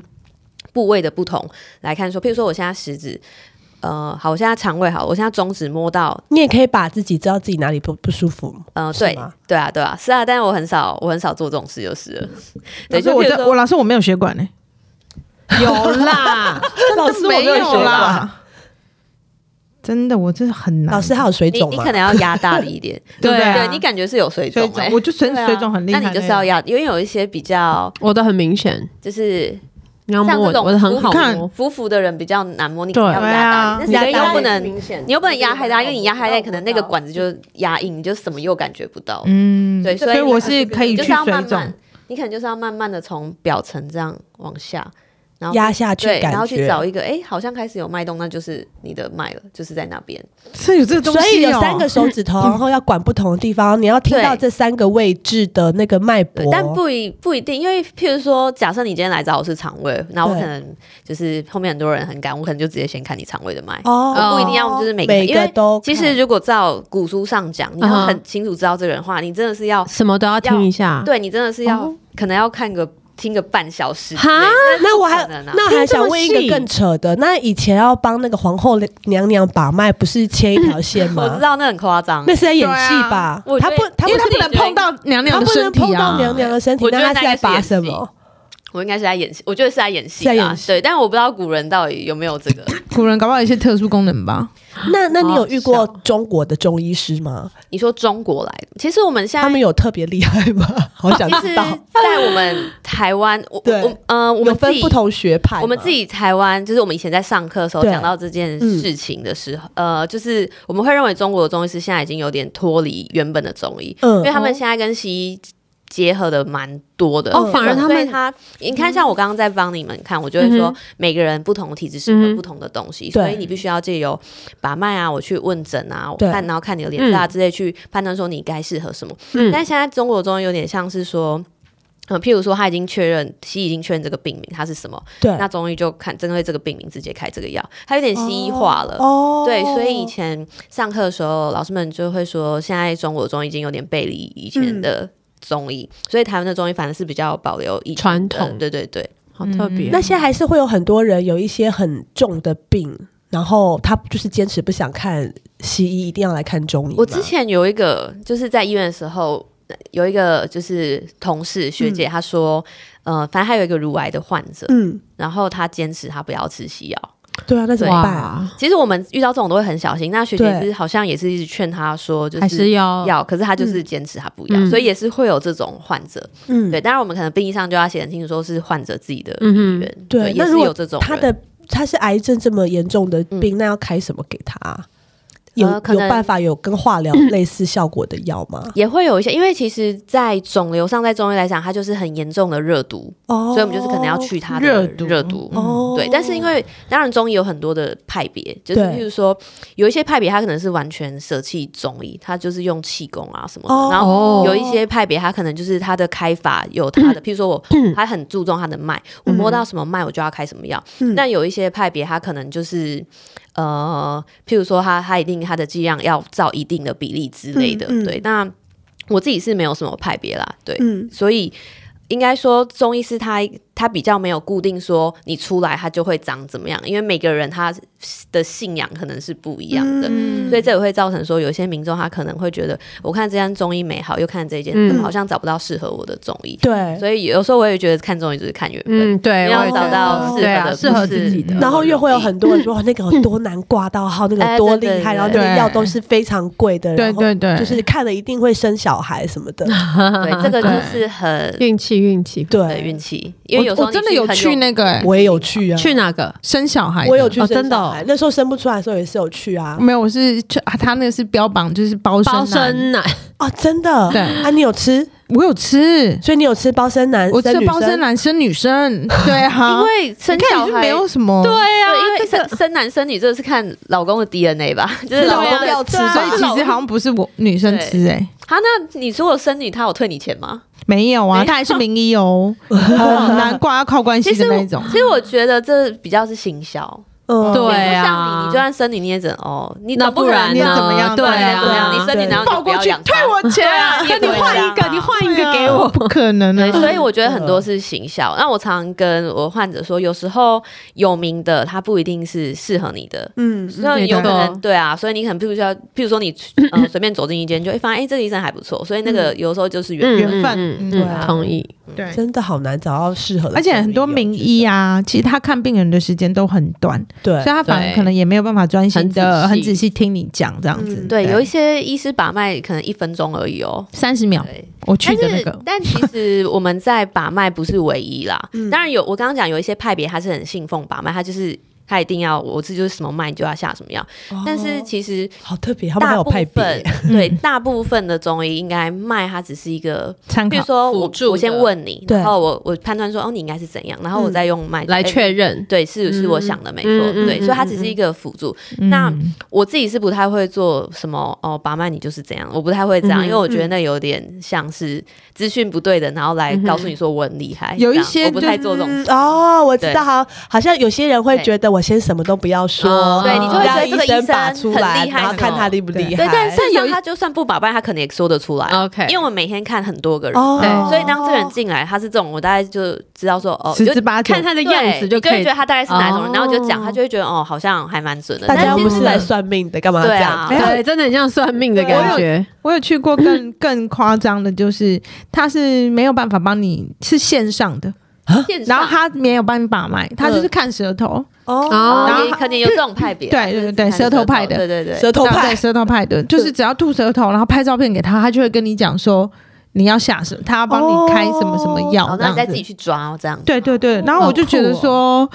Speaker 2: 部位的不同来看说，譬如说我现在食指，呃，好，我现在肠胃好，我现在中指摸到，
Speaker 1: 你也可以把自己知道自己哪里不不舒服。
Speaker 2: 呃，
Speaker 1: 是
Speaker 2: 对
Speaker 1: 吗，
Speaker 2: 对啊，对啊，是啊，但我很少，我很少做这种事，就是 了。对，
Speaker 4: 老师
Speaker 2: 就
Speaker 4: 我
Speaker 2: 譬如
Speaker 4: 的我
Speaker 2: 说，
Speaker 4: 老师我没有血管呢，
Speaker 3: 有 啦，
Speaker 1: 老师，我
Speaker 4: 没
Speaker 1: 有学啦。
Speaker 4: 啦，真的我真的很难，
Speaker 1: 老师还有水
Speaker 2: 你
Speaker 1: 肿
Speaker 2: 嗯你
Speaker 1: 吗
Speaker 2: 可？能要压大力一点，
Speaker 4: 啊 对不
Speaker 3: 对啊
Speaker 2: 对你感觉是有水肿
Speaker 4: 水
Speaker 2: 欸
Speaker 4: 肿，我就水
Speaker 2: 对啊
Speaker 4: 水肿很厉害，欸
Speaker 2: 那你就是要压，因为有一些比较
Speaker 3: 我的很明显，
Speaker 2: 就是
Speaker 3: 你要摸
Speaker 2: 像
Speaker 3: 我
Speaker 2: 这
Speaker 3: 的，
Speaker 2: 种
Speaker 3: 我的很好
Speaker 4: 你看
Speaker 3: 摸，
Speaker 2: 浮浮的人比较难摸，你可能要
Speaker 4: 对
Speaker 2: 压大
Speaker 4: 啊
Speaker 2: 力，
Speaker 4: 你
Speaker 2: 但
Speaker 1: 压
Speaker 2: 是又
Speaker 1: 大
Speaker 2: 不
Speaker 1: 力
Speaker 2: 能
Speaker 3: 显
Speaker 2: 你又不能压太大，因为你压太大，可能那个管子就压硬，你就什么又感觉不到。
Speaker 4: 嗯，
Speaker 2: 对所
Speaker 4: 所
Speaker 2: 以你
Speaker 4: 我是可以
Speaker 2: 你就
Speaker 4: 去
Speaker 2: 是要
Speaker 4: 水
Speaker 2: 慢
Speaker 4: 肿
Speaker 2: 慢，，你可能就是要慢慢的从表层这样往下，然后
Speaker 1: 压下去
Speaker 2: 对，
Speaker 1: 感觉，
Speaker 2: 然后去找一个，哎、好像开始有脉动，那就是你的脉了，就是在那边。
Speaker 4: 这有这个东西、哦，
Speaker 1: 所以有三个手指 头，然后要管不同的地方，你要听到
Speaker 2: 对
Speaker 1: 这三个位置的那个脉
Speaker 2: 对
Speaker 1: 搏，，
Speaker 2: 但不一不一定，因为譬如说，假设你今天来找我是肠胃，那我
Speaker 1: 对
Speaker 2: 可能就是后面很多人很赶，我可能就直接先看你肠胃的脉。
Speaker 1: 哦，
Speaker 2: 我不一定要就是每个，
Speaker 1: 每
Speaker 2: 因为
Speaker 1: 个都
Speaker 2: 其
Speaker 1: 看
Speaker 2: 实如果照古书上讲，你要
Speaker 3: 嗯哼
Speaker 2: 很清楚知道这个人的话，你真的是要，
Speaker 3: 什么都要听一
Speaker 1: 啊
Speaker 3: 下。
Speaker 2: 对你真的是要，
Speaker 3: 哦
Speaker 2: 可能要看个听个半小时之类
Speaker 3: 哈
Speaker 2: 的。
Speaker 1: 那我
Speaker 2: 不
Speaker 1: 还
Speaker 2: 可能啊
Speaker 1: 那我还想问一个更扯的，那以前要帮那个皇后娘娘把脉，不是切一条线
Speaker 2: 我知
Speaker 1: 吗？
Speaker 2: 道那很夸张
Speaker 1: 那，是在演戏吧？
Speaker 2: 对啊我
Speaker 1: 他
Speaker 2: 觉得
Speaker 1: 不，他
Speaker 4: 因为
Speaker 1: 不
Speaker 4: 他
Speaker 1: 是
Speaker 4: 不能碰到娘
Speaker 1: 他
Speaker 4: 娘的
Speaker 1: 不能
Speaker 4: 身体
Speaker 1: 碰到
Speaker 4: 啊。
Speaker 1: 娘娘的身体
Speaker 2: 我，觉得
Speaker 1: 那他是在
Speaker 2: 那
Speaker 1: 把
Speaker 2: 应该是
Speaker 1: 什
Speaker 2: 演戏
Speaker 1: 么？
Speaker 2: 我应该是在演戏，我觉得是在演戏
Speaker 1: 在
Speaker 2: 啦
Speaker 1: 演。戏
Speaker 2: 对，但我不知道古人到底有没有这个。
Speaker 4: 古人搞不好有一些特殊功能吧？
Speaker 1: 那那你有遇
Speaker 4: 好
Speaker 1: 过
Speaker 4: 好
Speaker 1: 中国的中医师吗？
Speaker 2: 你说中国来的，其实我们现在
Speaker 1: 他们有特别厉害吗？ 好想
Speaker 2: 其
Speaker 1: 知
Speaker 2: 实，
Speaker 1: 道，
Speaker 2: 在我们台湾，我
Speaker 1: 对
Speaker 2: 我呃，我
Speaker 1: 有
Speaker 2: 们自
Speaker 1: 分
Speaker 2: 己
Speaker 1: 不同学派吗，
Speaker 2: 我们自己台湾，就是我们以前在上课的时候
Speaker 1: 对
Speaker 2: 讲到这件事情的时候，呃，就是我们会认为中国的中医师现在已经有点脱离原本的中医，
Speaker 1: 嗯
Speaker 2: 因为他们现在跟西医结合的蛮多的。
Speaker 3: 哦，反而他
Speaker 2: 所以
Speaker 3: 们
Speaker 2: 他，你看，像我刚刚在帮你们看，我就会说
Speaker 3: 嗯哼，
Speaker 2: 每个人不同的体质适
Speaker 3: 嗯
Speaker 2: 合
Speaker 3: 哼
Speaker 2: 不同的东西，
Speaker 1: 对
Speaker 2: 所以你必须要借由把脉啊，我去问诊啊，我
Speaker 1: 对
Speaker 2: 看，然后看你的脸色啊之类，去判断说你该适合什么。
Speaker 3: 嗯
Speaker 2: 但现在中国中有点像是说，呃，譬如说他已经确认西医已经确认这个病名它是什么，
Speaker 1: 对
Speaker 2: 那中医就看针对这个病名直接开这个药，它有点西医化了。
Speaker 1: 哦
Speaker 2: 对，所以以前上课的时候，老师们就会说，现在中国的中医已经有点背离以前
Speaker 1: 嗯
Speaker 2: 的中医，所以台湾的中医反而是比较保留以前
Speaker 3: 传
Speaker 2: 的
Speaker 3: 统
Speaker 2: 对嗯对对，
Speaker 3: 好特别。
Speaker 1: 那现在还是会有很多人有一些很重的病，然后他就是坚持不想看西医，一定要来看中医吗。
Speaker 2: 我之前有一个就是在医院的时候，呃有一个就是同事学姐，她说，呃，反正还有一个乳癌的患者，
Speaker 1: 嗯，
Speaker 2: 然后她坚持她不要吃西药。
Speaker 1: 对啊，那怎么办？
Speaker 3: 哇，
Speaker 2: 其实我们遇到这种都会很小心。那学姐
Speaker 1: 对
Speaker 2: 是好像也是一直劝她说，就
Speaker 3: 还
Speaker 2: 是
Speaker 3: 是要
Speaker 2: 要，可是她就是坚持她不要，
Speaker 3: 嗯
Speaker 2: 所以也是会有这种患者。
Speaker 1: 嗯，
Speaker 2: 对，当然我们可能病历上就要写很清楚，说是患者自己的意
Speaker 3: 嗯
Speaker 2: 愿
Speaker 3: 哼。
Speaker 1: 对
Speaker 2: 也
Speaker 1: 那
Speaker 2: 是
Speaker 1: 如果
Speaker 2: 有这种人嗯
Speaker 1: 他的他是癌症这么严重的病，那要开什么给他？有、
Speaker 2: 呃可
Speaker 1: 有
Speaker 2: 能
Speaker 1: 办法有跟化疗类似效果的药吗？
Speaker 2: 也会有一些，因为其实，在肿瘤上，在中医来讲，它就是很严重的热毒，
Speaker 1: 哦
Speaker 2: 所以我们就是可能要去它的
Speaker 4: 热毒
Speaker 2: 热毒。
Speaker 1: 哦，
Speaker 2: 对，但是因为当然中医有很多的派别，就是
Speaker 1: 对
Speaker 2: 譬如说有一些派别他可能是完全舍弃中医，他就是用气功啊什么的，
Speaker 1: 哦嗯
Speaker 2: 然后
Speaker 3: 哦
Speaker 2: 有一些派别他可能就是他的开法有他的，譬如说我他很注重他的脉，我摸到什么脉我就要开什么药。
Speaker 1: 嗯
Speaker 2: 那有一些派别他可能就是呃，譬如说他他一定他的剂量要照一定的比例之类的，
Speaker 1: 嗯嗯
Speaker 2: 对。那我自己是没有什么派别啦，对，
Speaker 1: 嗯
Speaker 2: 所以应该说中医师他他比较没有固定说你出来他就会长怎么样，因为每个人他的信仰可能是不一样的。
Speaker 1: 嗯
Speaker 2: 所以这也会造成说，有些民众他可能会觉得，我看这间中医美好，又看这间，
Speaker 3: 嗯
Speaker 2: 好像找不到适合我的中医。
Speaker 1: 对。
Speaker 2: 所以有时候我也觉得看中医只是看缘分，
Speaker 3: 嗯，对，
Speaker 2: 你
Speaker 3: 我
Speaker 2: 要
Speaker 3: 也
Speaker 2: 找
Speaker 3: 觉得
Speaker 2: 到适合
Speaker 3: 对
Speaker 2: 的
Speaker 3: 啊，
Speaker 2: 不
Speaker 3: 适合
Speaker 2: 是
Speaker 3: 自己的。
Speaker 1: 然后又会有很多 人说哇那个有多难挂到号，那个有
Speaker 2: 哎
Speaker 1: 多厉
Speaker 2: 对对
Speaker 1: 害，
Speaker 2: 对
Speaker 1: 然后那个
Speaker 4: 对
Speaker 1: 药都是非常贵的，
Speaker 4: 对
Speaker 1: 然后
Speaker 4: 对对，啊
Speaker 1: 就是看了一定会生小孩什么的，
Speaker 2: 对，这个就是很
Speaker 3: 运气，运气。
Speaker 2: 对
Speaker 1: 对，
Speaker 2: 运气，因为有时
Speaker 4: 我
Speaker 2: 候
Speaker 4: 我真的有去
Speaker 2: 去
Speaker 4: 那个哎
Speaker 1: 我也有去啊，
Speaker 3: 去哪个？
Speaker 4: 生小孩的，
Speaker 1: 我有去
Speaker 3: 哦
Speaker 1: 生
Speaker 3: 真的
Speaker 1: 小
Speaker 3: 哦
Speaker 1: 孩，那时候生不出来的时候也是有去啊，
Speaker 4: 没有，我是去啊，他那个是标榜就是包生
Speaker 3: 包
Speaker 2: 啊
Speaker 4: 男，
Speaker 3: 生啊奶，
Speaker 1: 哦，真的，
Speaker 4: 对
Speaker 1: 啊，你有吃，
Speaker 4: 我有吃，
Speaker 1: 所以你有吃包生男，
Speaker 4: 我吃
Speaker 1: 生女
Speaker 4: 包生
Speaker 1: 生
Speaker 4: 男生女生，对啊，
Speaker 2: 因为生
Speaker 4: 你看
Speaker 2: 小
Speaker 4: 你就
Speaker 2: 孩
Speaker 4: 没有什么
Speaker 3: 对啊
Speaker 2: 对，因为生生男生女这是看老公的 DNA 吧，就是
Speaker 1: 是
Speaker 2: 老
Speaker 1: 老
Speaker 2: 公
Speaker 1: 公
Speaker 2: 的
Speaker 1: 要吃，
Speaker 4: 所
Speaker 1: 所
Speaker 4: 以其实好像不是我女生吃哎、
Speaker 2: 啊，那你如果生女，他有退你钱吗？
Speaker 4: 没有
Speaker 2: 没
Speaker 4: 啊，
Speaker 2: 有
Speaker 4: 他还是名医哦，难怪要靠关系
Speaker 2: 其
Speaker 4: 的
Speaker 2: 实
Speaker 4: 那一种啊
Speaker 2: 我，其实我觉得这比较是行销，
Speaker 1: 以嗯
Speaker 3: 对
Speaker 2: 比如说
Speaker 3: 啊
Speaker 2: 像你，你就算生你，你也只能哦，你
Speaker 3: 那
Speaker 2: 总不
Speaker 3: 不然
Speaker 2: 可能
Speaker 4: 呢
Speaker 3: 呢？
Speaker 4: 怎么样
Speaker 3: 对
Speaker 2: 对
Speaker 3: 啊，
Speaker 2: 啊，怎么样？
Speaker 4: 对
Speaker 2: 你生你，然后你
Speaker 4: 抱
Speaker 2: 就不
Speaker 4: 过
Speaker 2: 要
Speaker 4: 去
Speaker 2: 养
Speaker 4: 退
Speaker 2: 它
Speaker 4: 我钱啊，
Speaker 2: 对啊
Speaker 3: 你
Speaker 2: 也不会
Speaker 3: 换
Speaker 2: 这
Speaker 3: 一
Speaker 2: 样
Speaker 3: 个，
Speaker 2: 啊
Speaker 3: 你换一个给我。
Speaker 4: 不可能
Speaker 2: 对，
Speaker 4: 啊，
Speaker 2: 所以我觉得很多是行销。那我常跟我患者说，有时候有名的他不一定是适合你的，
Speaker 1: 嗯，
Speaker 2: 那有可
Speaker 3: 没
Speaker 2: 能
Speaker 3: 错
Speaker 2: 对啊，所以你可能譬如说，譬如说你 呃随便走进一间，就会发现哎、这个医生还不错，所以那个有时候就是缘分。
Speaker 4: 缘分
Speaker 3: 嗯嗯嗯
Speaker 4: 对
Speaker 1: 啊
Speaker 3: 嗯同意。
Speaker 4: 对。
Speaker 1: 真的好难找到适合的中医哦，
Speaker 4: 而且很多名医啊，其实他看病人的时间都很短，
Speaker 1: 对
Speaker 4: 所以他反而
Speaker 3: 对
Speaker 4: 可能也没有办法专心的
Speaker 3: 很
Speaker 4: 很
Speaker 3: 仔细
Speaker 4: 仔细听你讲这样子。
Speaker 1: 嗯
Speaker 2: 对，有一些医师把脉可能一分钟而已哦。
Speaker 4: 三十秒，
Speaker 2: 对，
Speaker 4: 我
Speaker 2: 但
Speaker 4: 去的那
Speaker 2: 是
Speaker 4: 个
Speaker 2: 但其实我
Speaker 1: 嗯
Speaker 2: 们在把脉不是唯一啦。当然有，我刚刚讲有一些派别他是很信奉把脉，他就是他一定要我这就是什么脉你就要下什么药。但是其实
Speaker 1: 好特哦别，他们还
Speaker 2: 大
Speaker 1: 有
Speaker 2: 部
Speaker 1: 派
Speaker 2: 分
Speaker 1: 别，
Speaker 2: 对大部分的中医应该脉它只是一个
Speaker 4: 参
Speaker 2: 比
Speaker 4: 考
Speaker 2: 如。说
Speaker 3: 辅
Speaker 2: 我
Speaker 3: 助
Speaker 2: 我先
Speaker 3: 的
Speaker 2: 问你，
Speaker 1: 对嗯
Speaker 2: 然后我我判断说哦你应该是怎样，然后我再用脉、
Speaker 3: 来
Speaker 2: 哎
Speaker 3: 确认。
Speaker 2: 对是是我想的没错，
Speaker 3: 嗯
Speaker 2: 对，
Speaker 3: 嗯
Speaker 2: 所以它只是一个辅助。
Speaker 4: 嗯
Speaker 2: 那我自己是不太会做什么哦把脉你就是怎样，我不太会这样，
Speaker 3: 嗯
Speaker 2: 因为我觉得那有点像是资讯不对的，然后来告诉你说我很厉害，
Speaker 4: 有一
Speaker 2: 这样
Speaker 4: 些
Speaker 2: 我不
Speaker 4: 就
Speaker 2: 太做这种
Speaker 1: 嗯
Speaker 2: 事。
Speaker 1: 哦，我知
Speaker 2: 对
Speaker 1: 道，好，好像有些人会
Speaker 2: 对
Speaker 1: 觉得我先什么都不要说嗯
Speaker 3: 哦，
Speaker 2: 对你就会觉
Speaker 1: 让
Speaker 2: 得这个
Speaker 1: 医生
Speaker 2: 医生
Speaker 1: 拔出
Speaker 2: 很
Speaker 1: 来，
Speaker 2: 厉害
Speaker 1: 然后
Speaker 2: 什
Speaker 1: 看
Speaker 2: 么
Speaker 1: 他厉不
Speaker 4: 对
Speaker 1: 厉害。
Speaker 2: 对，但
Speaker 3: 但
Speaker 2: 是
Speaker 3: 有
Speaker 2: 有
Speaker 3: 一
Speaker 2: 他就算不把脉，他可能也说得出来。
Speaker 4: 哦
Speaker 3: OK，
Speaker 2: 哎因为我每天看很多个人，
Speaker 1: 哦
Speaker 3: 对
Speaker 2: 所以当这个人进来，他是这种，我大概就知道说哦，
Speaker 4: 十
Speaker 2: 就
Speaker 4: 之八九
Speaker 3: 看他的
Speaker 2: 对
Speaker 3: 样子
Speaker 2: 你就
Speaker 3: 可
Speaker 2: 会
Speaker 3: 以
Speaker 2: 觉得。他大概是哪一种人，
Speaker 3: 哦
Speaker 2: 然后就讲，他就会觉得哦，好像还蛮准的。
Speaker 1: 大家
Speaker 2: 但
Speaker 1: 又
Speaker 2: 其
Speaker 1: 不
Speaker 2: 实
Speaker 1: 是来算命的，干嘛这
Speaker 2: 对
Speaker 1: 样
Speaker 2: 啊？
Speaker 1: 没有
Speaker 3: 哎对，真的很像算命的感觉。
Speaker 4: 我有去过 更更夸张的，就是他是没有办法帮你，是线上的，
Speaker 2: 线上嗯
Speaker 4: 然后他没有帮你把脉，他就是看舌头，
Speaker 1: 哦，
Speaker 3: 哦，
Speaker 2: 然
Speaker 4: 然后
Speaker 2: 后可能有这种派别啊，
Speaker 4: 对
Speaker 2: 就是
Speaker 4: 对对
Speaker 2: 看
Speaker 4: 舌头派的
Speaker 2: 对对对，
Speaker 1: 舌头
Speaker 4: 对
Speaker 1: 派
Speaker 4: 舌头 派的，就是只要吐舌头，然后拍照片给他，他就会跟你讲说你要下什么，他要帮你开什么什么药，
Speaker 2: 好，
Speaker 4: 这
Speaker 2: 哦那
Speaker 4: 样
Speaker 2: 你再
Speaker 4: 子
Speaker 2: 自己去抓哦这哦样。
Speaker 4: 对对对，然后我就觉得说，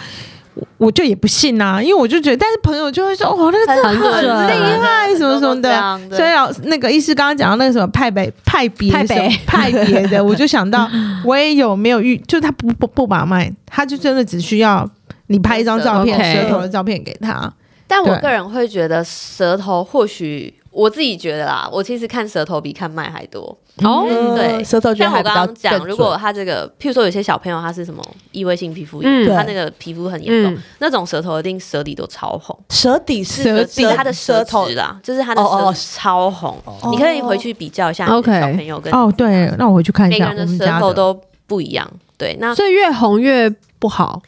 Speaker 4: 我我就也不信啊，因为我就觉得，但是朋友就会说，哇， 那个真的
Speaker 2: 很
Speaker 4: 很
Speaker 2: 准
Speaker 4: 厉害，
Speaker 2: 很
Speaker 4: 什么
Speaker 2: 多
Speaker 4: 什
Speaker 2: 都
Speaker 4: 么
Speaker 2: 这
Speaker 4: 的
Speaker 2: 样。对
Speaker 4: 所以啊老那个医师刚刚讲到那个什么派别派别
Speaker 3: 派
Speaker 4: 什么
Speaker 3: 别
Speaker 4: 派别的，我就 想到我也有没有遇，就他不不不把脉，他就真的只需要你拍一张照片，
Speaker 3: OK
Speaker 4: 舌头的照片给他。
Speaker 2: 但我
Speaker 4: 对
Speaker 2: 个人会觉得舌头或许。我自己觉得啦，我其实看舌头比看脉还多。
Speaker 3: 哦，
Speaker 1: 嗯
Speaker 2: 对
Speaker 1: 舌头觉得
Speaker 2: 像
Speaker 1: 还
Speaker 2: 我
Speaker 1: 比
Speaker 2: 刚
Speaker 1: 较
Speaker 2: 刚讲，
Speaker 1: 更
Speaker 2: 如果
Speaker 1: 准
Speaker 2: 他这个，譬如说有些小朋友他是什么异位性皮肤
Speaker 3: 嗯
Speaker 2: 炎，他
Speaker 1: 对
Speaker 2: 那个皮肤很严重，
Speaker 3: 嗯，
Speaker 2: 那种舌头一定舌底都超红。
Speaker 1: 舌底
Speaker 4: 舌
Speaker 2: 舌
Speaker 4: 底
Speaker 2: 底，他的舌质啦，就是他的
Speaker 1: 哦哦
Speaker 2: 舌
Speaker 1: 哦
Speaker 2: 质超红，你可以回去比较一下你的
Speaker 3: OK
Speaker 2: 小朋友跟
Speaker 4: 哦，对，那我回去看一
Speaker 2: 每个
Speaker 4: 下
Speaker 2: 人
Speaker 4: 我
Speaker 2: 的
Speaker 4: 们
Speaker 2: 舌
Speaker 4: 家
Speaker 2: 头
Speaker 4: 的。
Speaker 2: 都不一样。对，那
Speaker 3: 所以越红越不好。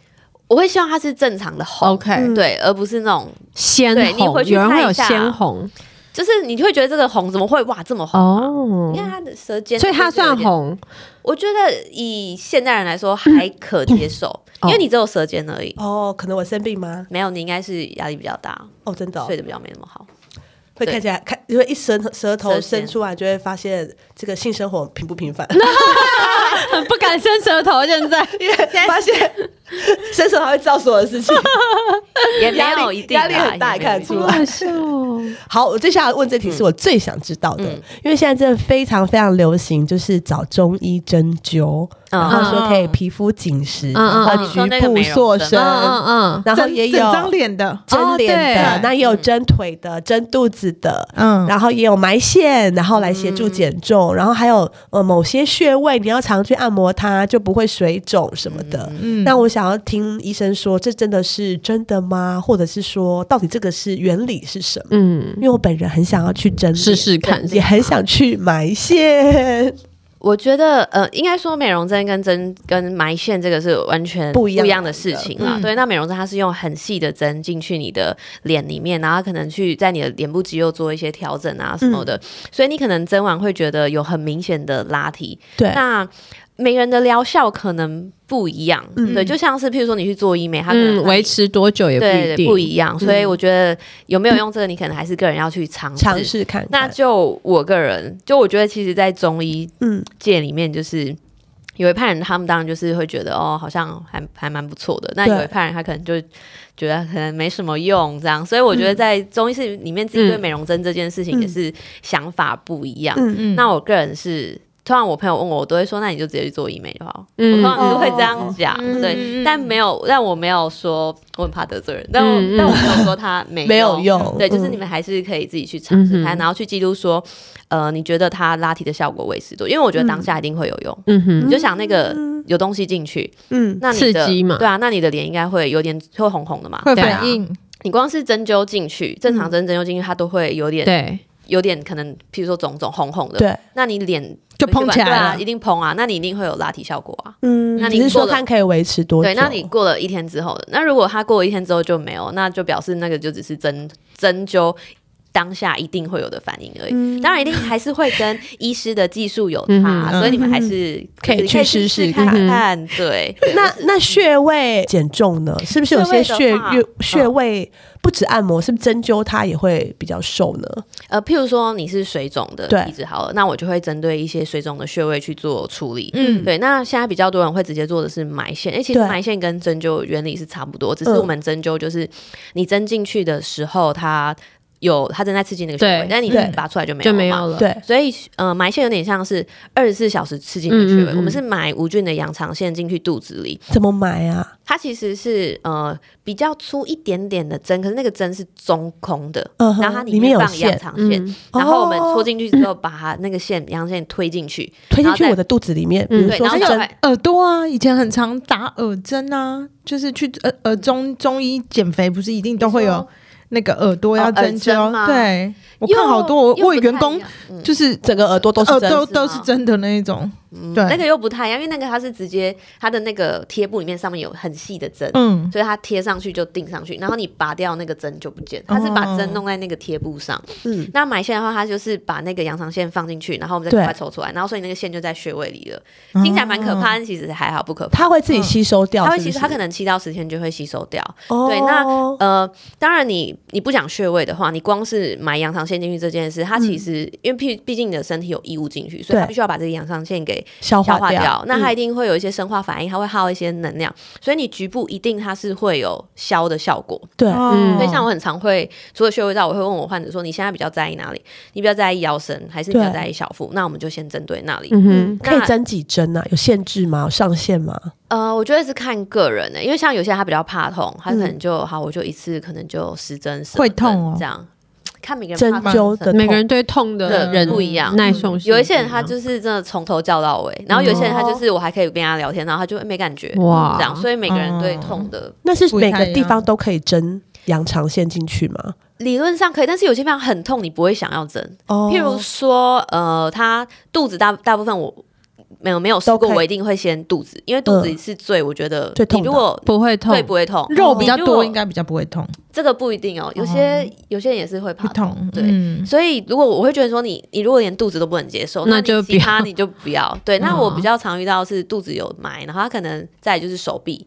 Speaker 2: 我会希望它是正常的红
Speaker 3: OK
Speaker 1: 嗯
Speaker 2: 对，而不是那种，
Speaker 3: 鲜
Speaker 2: 对你
Speaker 3: 红，
Speaker 2: 回去
Speaker 3: 有人会
Speaker 2: 看一
Speaker 3: 有
Speaker 2: 下
Speaker 3: 鲜红
Speaker 2: 就是你会觉得这个红怎么会哇这么红？
Speaker 3: 哦
Speaker 1: 嗯
Speaker 2: 你，看他的舌尖，
Speaker 3: 所以它
Speaker 2: 它
Speaker 3: 算。红
Speaker 2: 我觉得以现代人来说还可接受，因为你只有舌尖而已。
Speaker 1: 哦，可能我生病吗？
Speaker 2: 没有，你应该是压力比较大，
Speaker 1: 哦，真的哦
Speaker 2: 睡得比较没那么好。
Speaker 1: 会看起来看，因为一伸舌头
Speaker 2: 舌尖
Speaker 1: 伸出来，就会发现这个性生活平不平 凡，
Speaker 3: 很不敢伸舌头。现在
Speaker 1: 因为发现 伸手还会造所有的事情，
Speaker 2: 也没
Speaker 1: 压
Speaker 2: 有
Speaker 1: 力
Speaker 2: 一定啦
Speaker 1: 压力很大
Speaker 2: 也没有
Speaker 1: 看
Speaker 2: 一定
Speaker 1: 得出来
Speaker 3: 笑哦，
Speaker 1: 好，我接下来问这题是我最想知道的，
Speaker 2: 嗯
Speaker 1: 因为现在真的非常非常流行，就是找中医针灸，
Speaker 2: 嗯
Speaker 1: 然后说可以皮肤紧实，
Speaker 3: 嗯嗯
Speaker 1: 然
Speaker 2: 嗯
Speaker 1: 后
Speaker 2: 说
Speaker 1: 局
Speaker 2: 那个
Speaker 1: 部
Speaker 2: 美容
Speaker 1: 塑
Speaker 2: 针
Speaker 1: 身，
Speaker 3: 嗯嗯
Speaker 1: 然后
Speaker 4: 整
Speaker 1: 也有
Speaker 4: 整张脸的，
Speaker 1: 针脸的，
Speaker 3: 哦对
Speaker 1: 那也有针腿的、针肚子的。
Speaker 4: 嗯，
Speaker 1: 然后也有埋线，然后来协助减重，然后还有呃某些穴位你要常去按摩它，就不会水肿什么的。
Speaker 4: 嗯
Speaker 1: 那我想要听医生说，这真的是真的吗？或者是说，到底这个是原理是什么？
Speaker 3: 嗯
Speaker 1: 因，为我本人很想要去针
Speaker 3: 试
Speaker 1: 脸
Speaker 3: 试看。
Speaker 1: 也很想去埋线，
Speaker 2: 我觉得呃，应该说美容针跟针跟埋线这个是完全
Speaker 1: 不一样的
Speaker 2: 的事情啦。
Speaker 4: 嗯
Speaker 2: 对，那美容针它是用很细的针进去你的脸里面，然后可能去在你的脸部肌肉做一些调整啊什
Speaker 1: 嗯
Speaker 2: 么的，所以你可能针完会觉得有很明显的拉提。
Speaker 1: 对
Speaker 2: 那每个人的疗效可能不一样，
Speaker 1: 嗯
Speaker 2: 对，就像是譬如说你去做医美，它可能
Speaker 3: 嗯，维持多久也不一
Speaker 2: 对
Speaker 3: 定，
Speaker 2: 不一样，所以我觉得有没有用这个，你可能还是个人要去尝
Speaker 1: 嗯尝试看看。
Speaker 2: 那就我个人，就我觉得其实，在中医
Speaker 1: 嗯，
Speaker 2: 界里面，就是有一派人，他们当然就是会觉得哦，好像还还蛮不错的。那
Speaker 1: 对
Speaker 2: 有一派人，他可能就觉得可能没什么用这样。所以我觉得在中医室里面，自己对美容针这件事情也是想法不一样。
Speaker 1: 嗯
Speaker 4: 嗯
Speaker 2: 那我个人是。通常我朋友问我，我都会说，那你就直接去做医美就好。
Speaker 3: 嗯哦
Speaker 2: 我通常是会这样讲，
Speaker 4: 嗯
Speaker 2: 对，但没有，但我没有说我很怕得罪人，但我、
Speaker 3: 嗯嗯
Speaker 2: 但我没有说他没
Speaker 1: 没有用
Speaker 2: 对，就是
Speaker 1: 嗯
Speaker 2: 你们还是可以自己去尝试看，
Speaker 3: 嗯哼
Speaker 2: 然后去记录说，呃，你觉得它拉提的效果为十多，因为我觉得当下一定会有用。
Speaker 3: 嗯哼，
Speaker 2: 你就想那个有东西进去，
Speaker 1: 嗯，
Speaker 2: 那你的
Speaker 3: 刺激嘛
Speaker 2: 对啊，那你的脸应该会有点会红红的嘛。
Speaker 4: 会
Speaker 3: 对啊
Speaker 4: 反应，
Speaker 2: 你光是针灸进去，正常针针灸进去，它都会有点
Speaker 3: 嗯对，
Speaker 2: 有点可能，譬如说肿肿红红的，
Speaker 1: 对，
Speaker 2: 那你脸
Speaker 4: 就蓬起来
Speaker 2: 对啊，
Speaker 4: 了
Speaker 2: 一定膨啊，那你一定会有拉提效果啊。
Speaker 1: 嗯，
Speaker 2: 那你
Speaker 1: 只是说
Speaker 2: 做了
Speaker 1: 看可以维持多久？
Speaker 2: 对，那你过了一天之后的，那如果它过了一天之后就没有，那就表示那个就只是针针灸当下一定会有的反应而已。当然，一定还是会跟医师的技术有
Speaker 3: 嗯
Speaker 2: 差，
Speaker 4: 哼
Speaker 2: 所以你们还是
Speaker 1: 可以
Speaker 2: 你
Speaker 1: 去
Speaker 2: 试
Speaker 1: 试试
Speaker 2: 看
Speaker 3: 看
Speaker 2: 看。对，
Speaker 1: 那那穴位减重呢？是不是有些
Speaker 2: 穴位
Speaker 1: 穴
Speaker 2: 的话
Speaker 1: 穴
Speaker 2: 嗯
Speaker 1: 穴位不止按摩，是不是针灸它也会比较瘦呢？
Speaker 2: 呃，譬如说你是水肿的
Speaker 1: 对
Speaker 2: 体质好了，那我就会针对一些水肿的穴位去做处理。
Speaker 4: 嗯，
Speaker 2: 对，那现在比较多人会直接做的是埋线，哎、其实
Speaker 1: 对
Speaker 2: 埋线跟针灸原理是差不多，只是
Speaker 1: 嗯
Speaker 2: 我们针灸就是你针进去的时候，它有它正在刺激那个穴
Speaker 3: 对
Speaker 2: 位，但你
Speaker 1: 对
Speaker 2: 拔出来就没有
Speaker 3: 就
Speaker 2: 了
Speaker 3: 没
Speaker 2: 嘛
Speaker 3: 有了。
Speaker 1: 对，
Speaker 2: 所以呃，埋线有点像是二十四小时刺激你的穴位，
Speaker 3: 嗯嗯嗯
Speaker 2: 我们是埋无菌的羊肠线进去肚子里，
Speaker 1: 怎么买啊？
Speaker 2: 它其实是呃比较粗一点点的针，可是那个针是中空的，
Speaker 1: 嗯哼
Speaker 2: 然后它
Speaker 1: 里
Speaker 2: 里
Speaker 1: 面有
Speaker 2: 放
Speaker 1: 线
Speaker 2: 羊肠线，
Speaker 3: 嗯
Speaker 2: 然后我们
Speaker 1: 哦
Speaker 2: 戳进去之后，把它那个线羊线推进去，
Speaker 1: 推进去
Speaker 2: 然后再
Speaker 1: 我的肚子里面，比
Speaker 3: 嗯
Speaker 1: 如
Speaker 2: 对，
Speaker 1: 说
Speaker 2: 然后
Speaker 1: 是
Speaker 2: 就
Speaker 1: 针
Speaker 2: 会
Speaker 4: 耳朵啊，以前很常打耳针啊，就是去耳耳中中医减肥，不是一定都会有那个耳朵要针
Speaker 2: 哦耳针
Speaker 4: 灸？
Speaker 2: 吗
Speaker 4: 对，我
Speaker 2: 又
Speaker 4: 看好多，我
Speaker 2: 又
Speaker 4: 我有
Speaker 2: 不太
Speaker 4: 员工
Speaker 2: 一样嗯
Speaker 4: 就是
Speaker 1: 整个耳朵都是
Speaker 4: 耳
Speaker 1: 针。
Speaker 4: 朵
Speaker 2: 是
Speaker 4: 都
Speaker 2: 吗
Speaker 4: 是真的那一种，对，
Speaker 2: 那个又不太一样，因为那个它是直接它的那个贴布里面上面有很细的针，
Speaker 4: 嗯，
Speaker 2: 所以它贴上去就钉上去，然后你拔掉那个针就不见了，它是把
Speaker 4: 哦
Speaker 2: 针弄在那个贴布上。
Speaker 1: 嗯
Speaker 2: 嗯，那埋线的话，它就是把那个羊肠线放进去，然后我们再
Speaker 1: 对
Speaker 2: 赶快抽出来，然后所以那个线就在穴位里了。
Speaker 4: 哦
Speaker 2: 听起来蛮可怕，但其实还好，不可怕。
Speaker 1: 它会自己吸收掉，
Speaker 2: 嗯它会
Speaker 1: 是
Speaker 2: 吸
Speaker 1: 不
Speaker 2: 收，
Speaker 1: 是
Speaker 2: 它可能七到十天就会吸收掉。
Speaker 1: 哦
Speaker 2: 对，那呃，当然你你不讲穴位的话，你光是埋羊肠线进去这件事，它其实、因为毕毕竟你的身体有异物进去，所以
Speaker 1: 嗯
Speaker 2: 它
Speaker 1: 对
Speaker 2: 必须要把这个羊肠线给
Speaker 1: 消
Speaker 2: 消
Speaker 1: 化嗯
Speaker 2: 化掉，那它一
Speaker 1: 还
Speaker 2: 定会有一些生化反应，它会耗一些能量，所以你局部一定它是会有消的效果。
Speaker 1: 对
Speaker 4: 嗯，
Speaker 2: 所以哦
Speaker 1: 哦
Speaker 2: 像我很常会，除了穴位之外，我会问我患者说：“你现在比较在意哪里？你比较在意腰身，还是你比较
Speaker 1: 对
Speaker 2: 在意小腹？”那我们就先针对那里。
Speaker 3: 嗯哼，
Speaker 2: 那
Speaker 1: 可以针几针啊？有限制吗？有上限吗？
Speaker 2: 呃，我觉得是看个人的、因为像有些人他比较怕痛，他可
Speaker 1: 嗯
Speaker 2: 能就、好，我就一次可能就十针、十
Speaker 4: 会
Speaker 2: 二针
Speaker 4: 痛哦
Speaker 2: 这样，看每个
Speaker 1: 针
Speaker 2: 人怕痛
Speaker 1: 灸的
Speaker 2: 程度
Speaker 3: 每个人对痛的
Speaker 2: 嗯对
Speaker 3: 忍
Speaker 2: 不一
Speaker 4: 嗯
Speaker 2: 样
Speaker 3: 耐受性
Speaker 2: 有一些人他
Speaker 3: 不一样
Speaker 2: 就是真的从头叫到尾，然后有一些人他就是我还可以跟他聊天，然后他就没感觉，
Speaker 3: 哇
Speaker 2: 这样，所以每个人对
Speaker 1: 嗯
Speaker 4: 哦
Speaker 2: 痛的
Speaker 1: 那是
Speaker 4: 不太
Speaker 1: 每
Speaker 4: 一样
Speaker 1: 个地方都可以针羊肠线进去吗？
Speaker 2: 理论上可以，但是有些地方很痛，你不会想要针。
Speaker 1: 哦
Speaker 2: 譬如说，呃，他肚子大大部分我没有没有试
Speaker 1: 都
Speaker 2: 过，
Speaker 1: 可以
Speaker 2: 我一定会先肚子，因为肚子
Speaker 1: 嗯
Speaker 2: 是最、我觉得
Speaker 1: 最痛的
Speaker 2: 你如果
Speaker 3: 不会痛
Speaker 2: 对，不会痛，
Speaker 4: 肉比较
Speaker 2: 哦你如
Speaker 4: 多，
Speaker 2: 果
Speaker 4: 应该比较不会痛，
Speaker 2: 这个不一定哦。有些、有些人也是会怕
Speaker 4: 不
Speaker 2: 痛，
Speaker 4: 痛，
Speaker 2: 对
Speaker 4: 嗯
Speaker 2: 所以如果我会觉得说你你如果连肚子都不能接受，
Speaker 3: 那
Speaker 2: 那你
Speaker 3: 就
Speaker 2: 其他
Speaker 3: 不要
Speaker 2: 你就不要。对，那
Speaker 3: 嗯
Speaker 2: 我比较常遇到是肚子有埋，然后他可能再来就是手臂，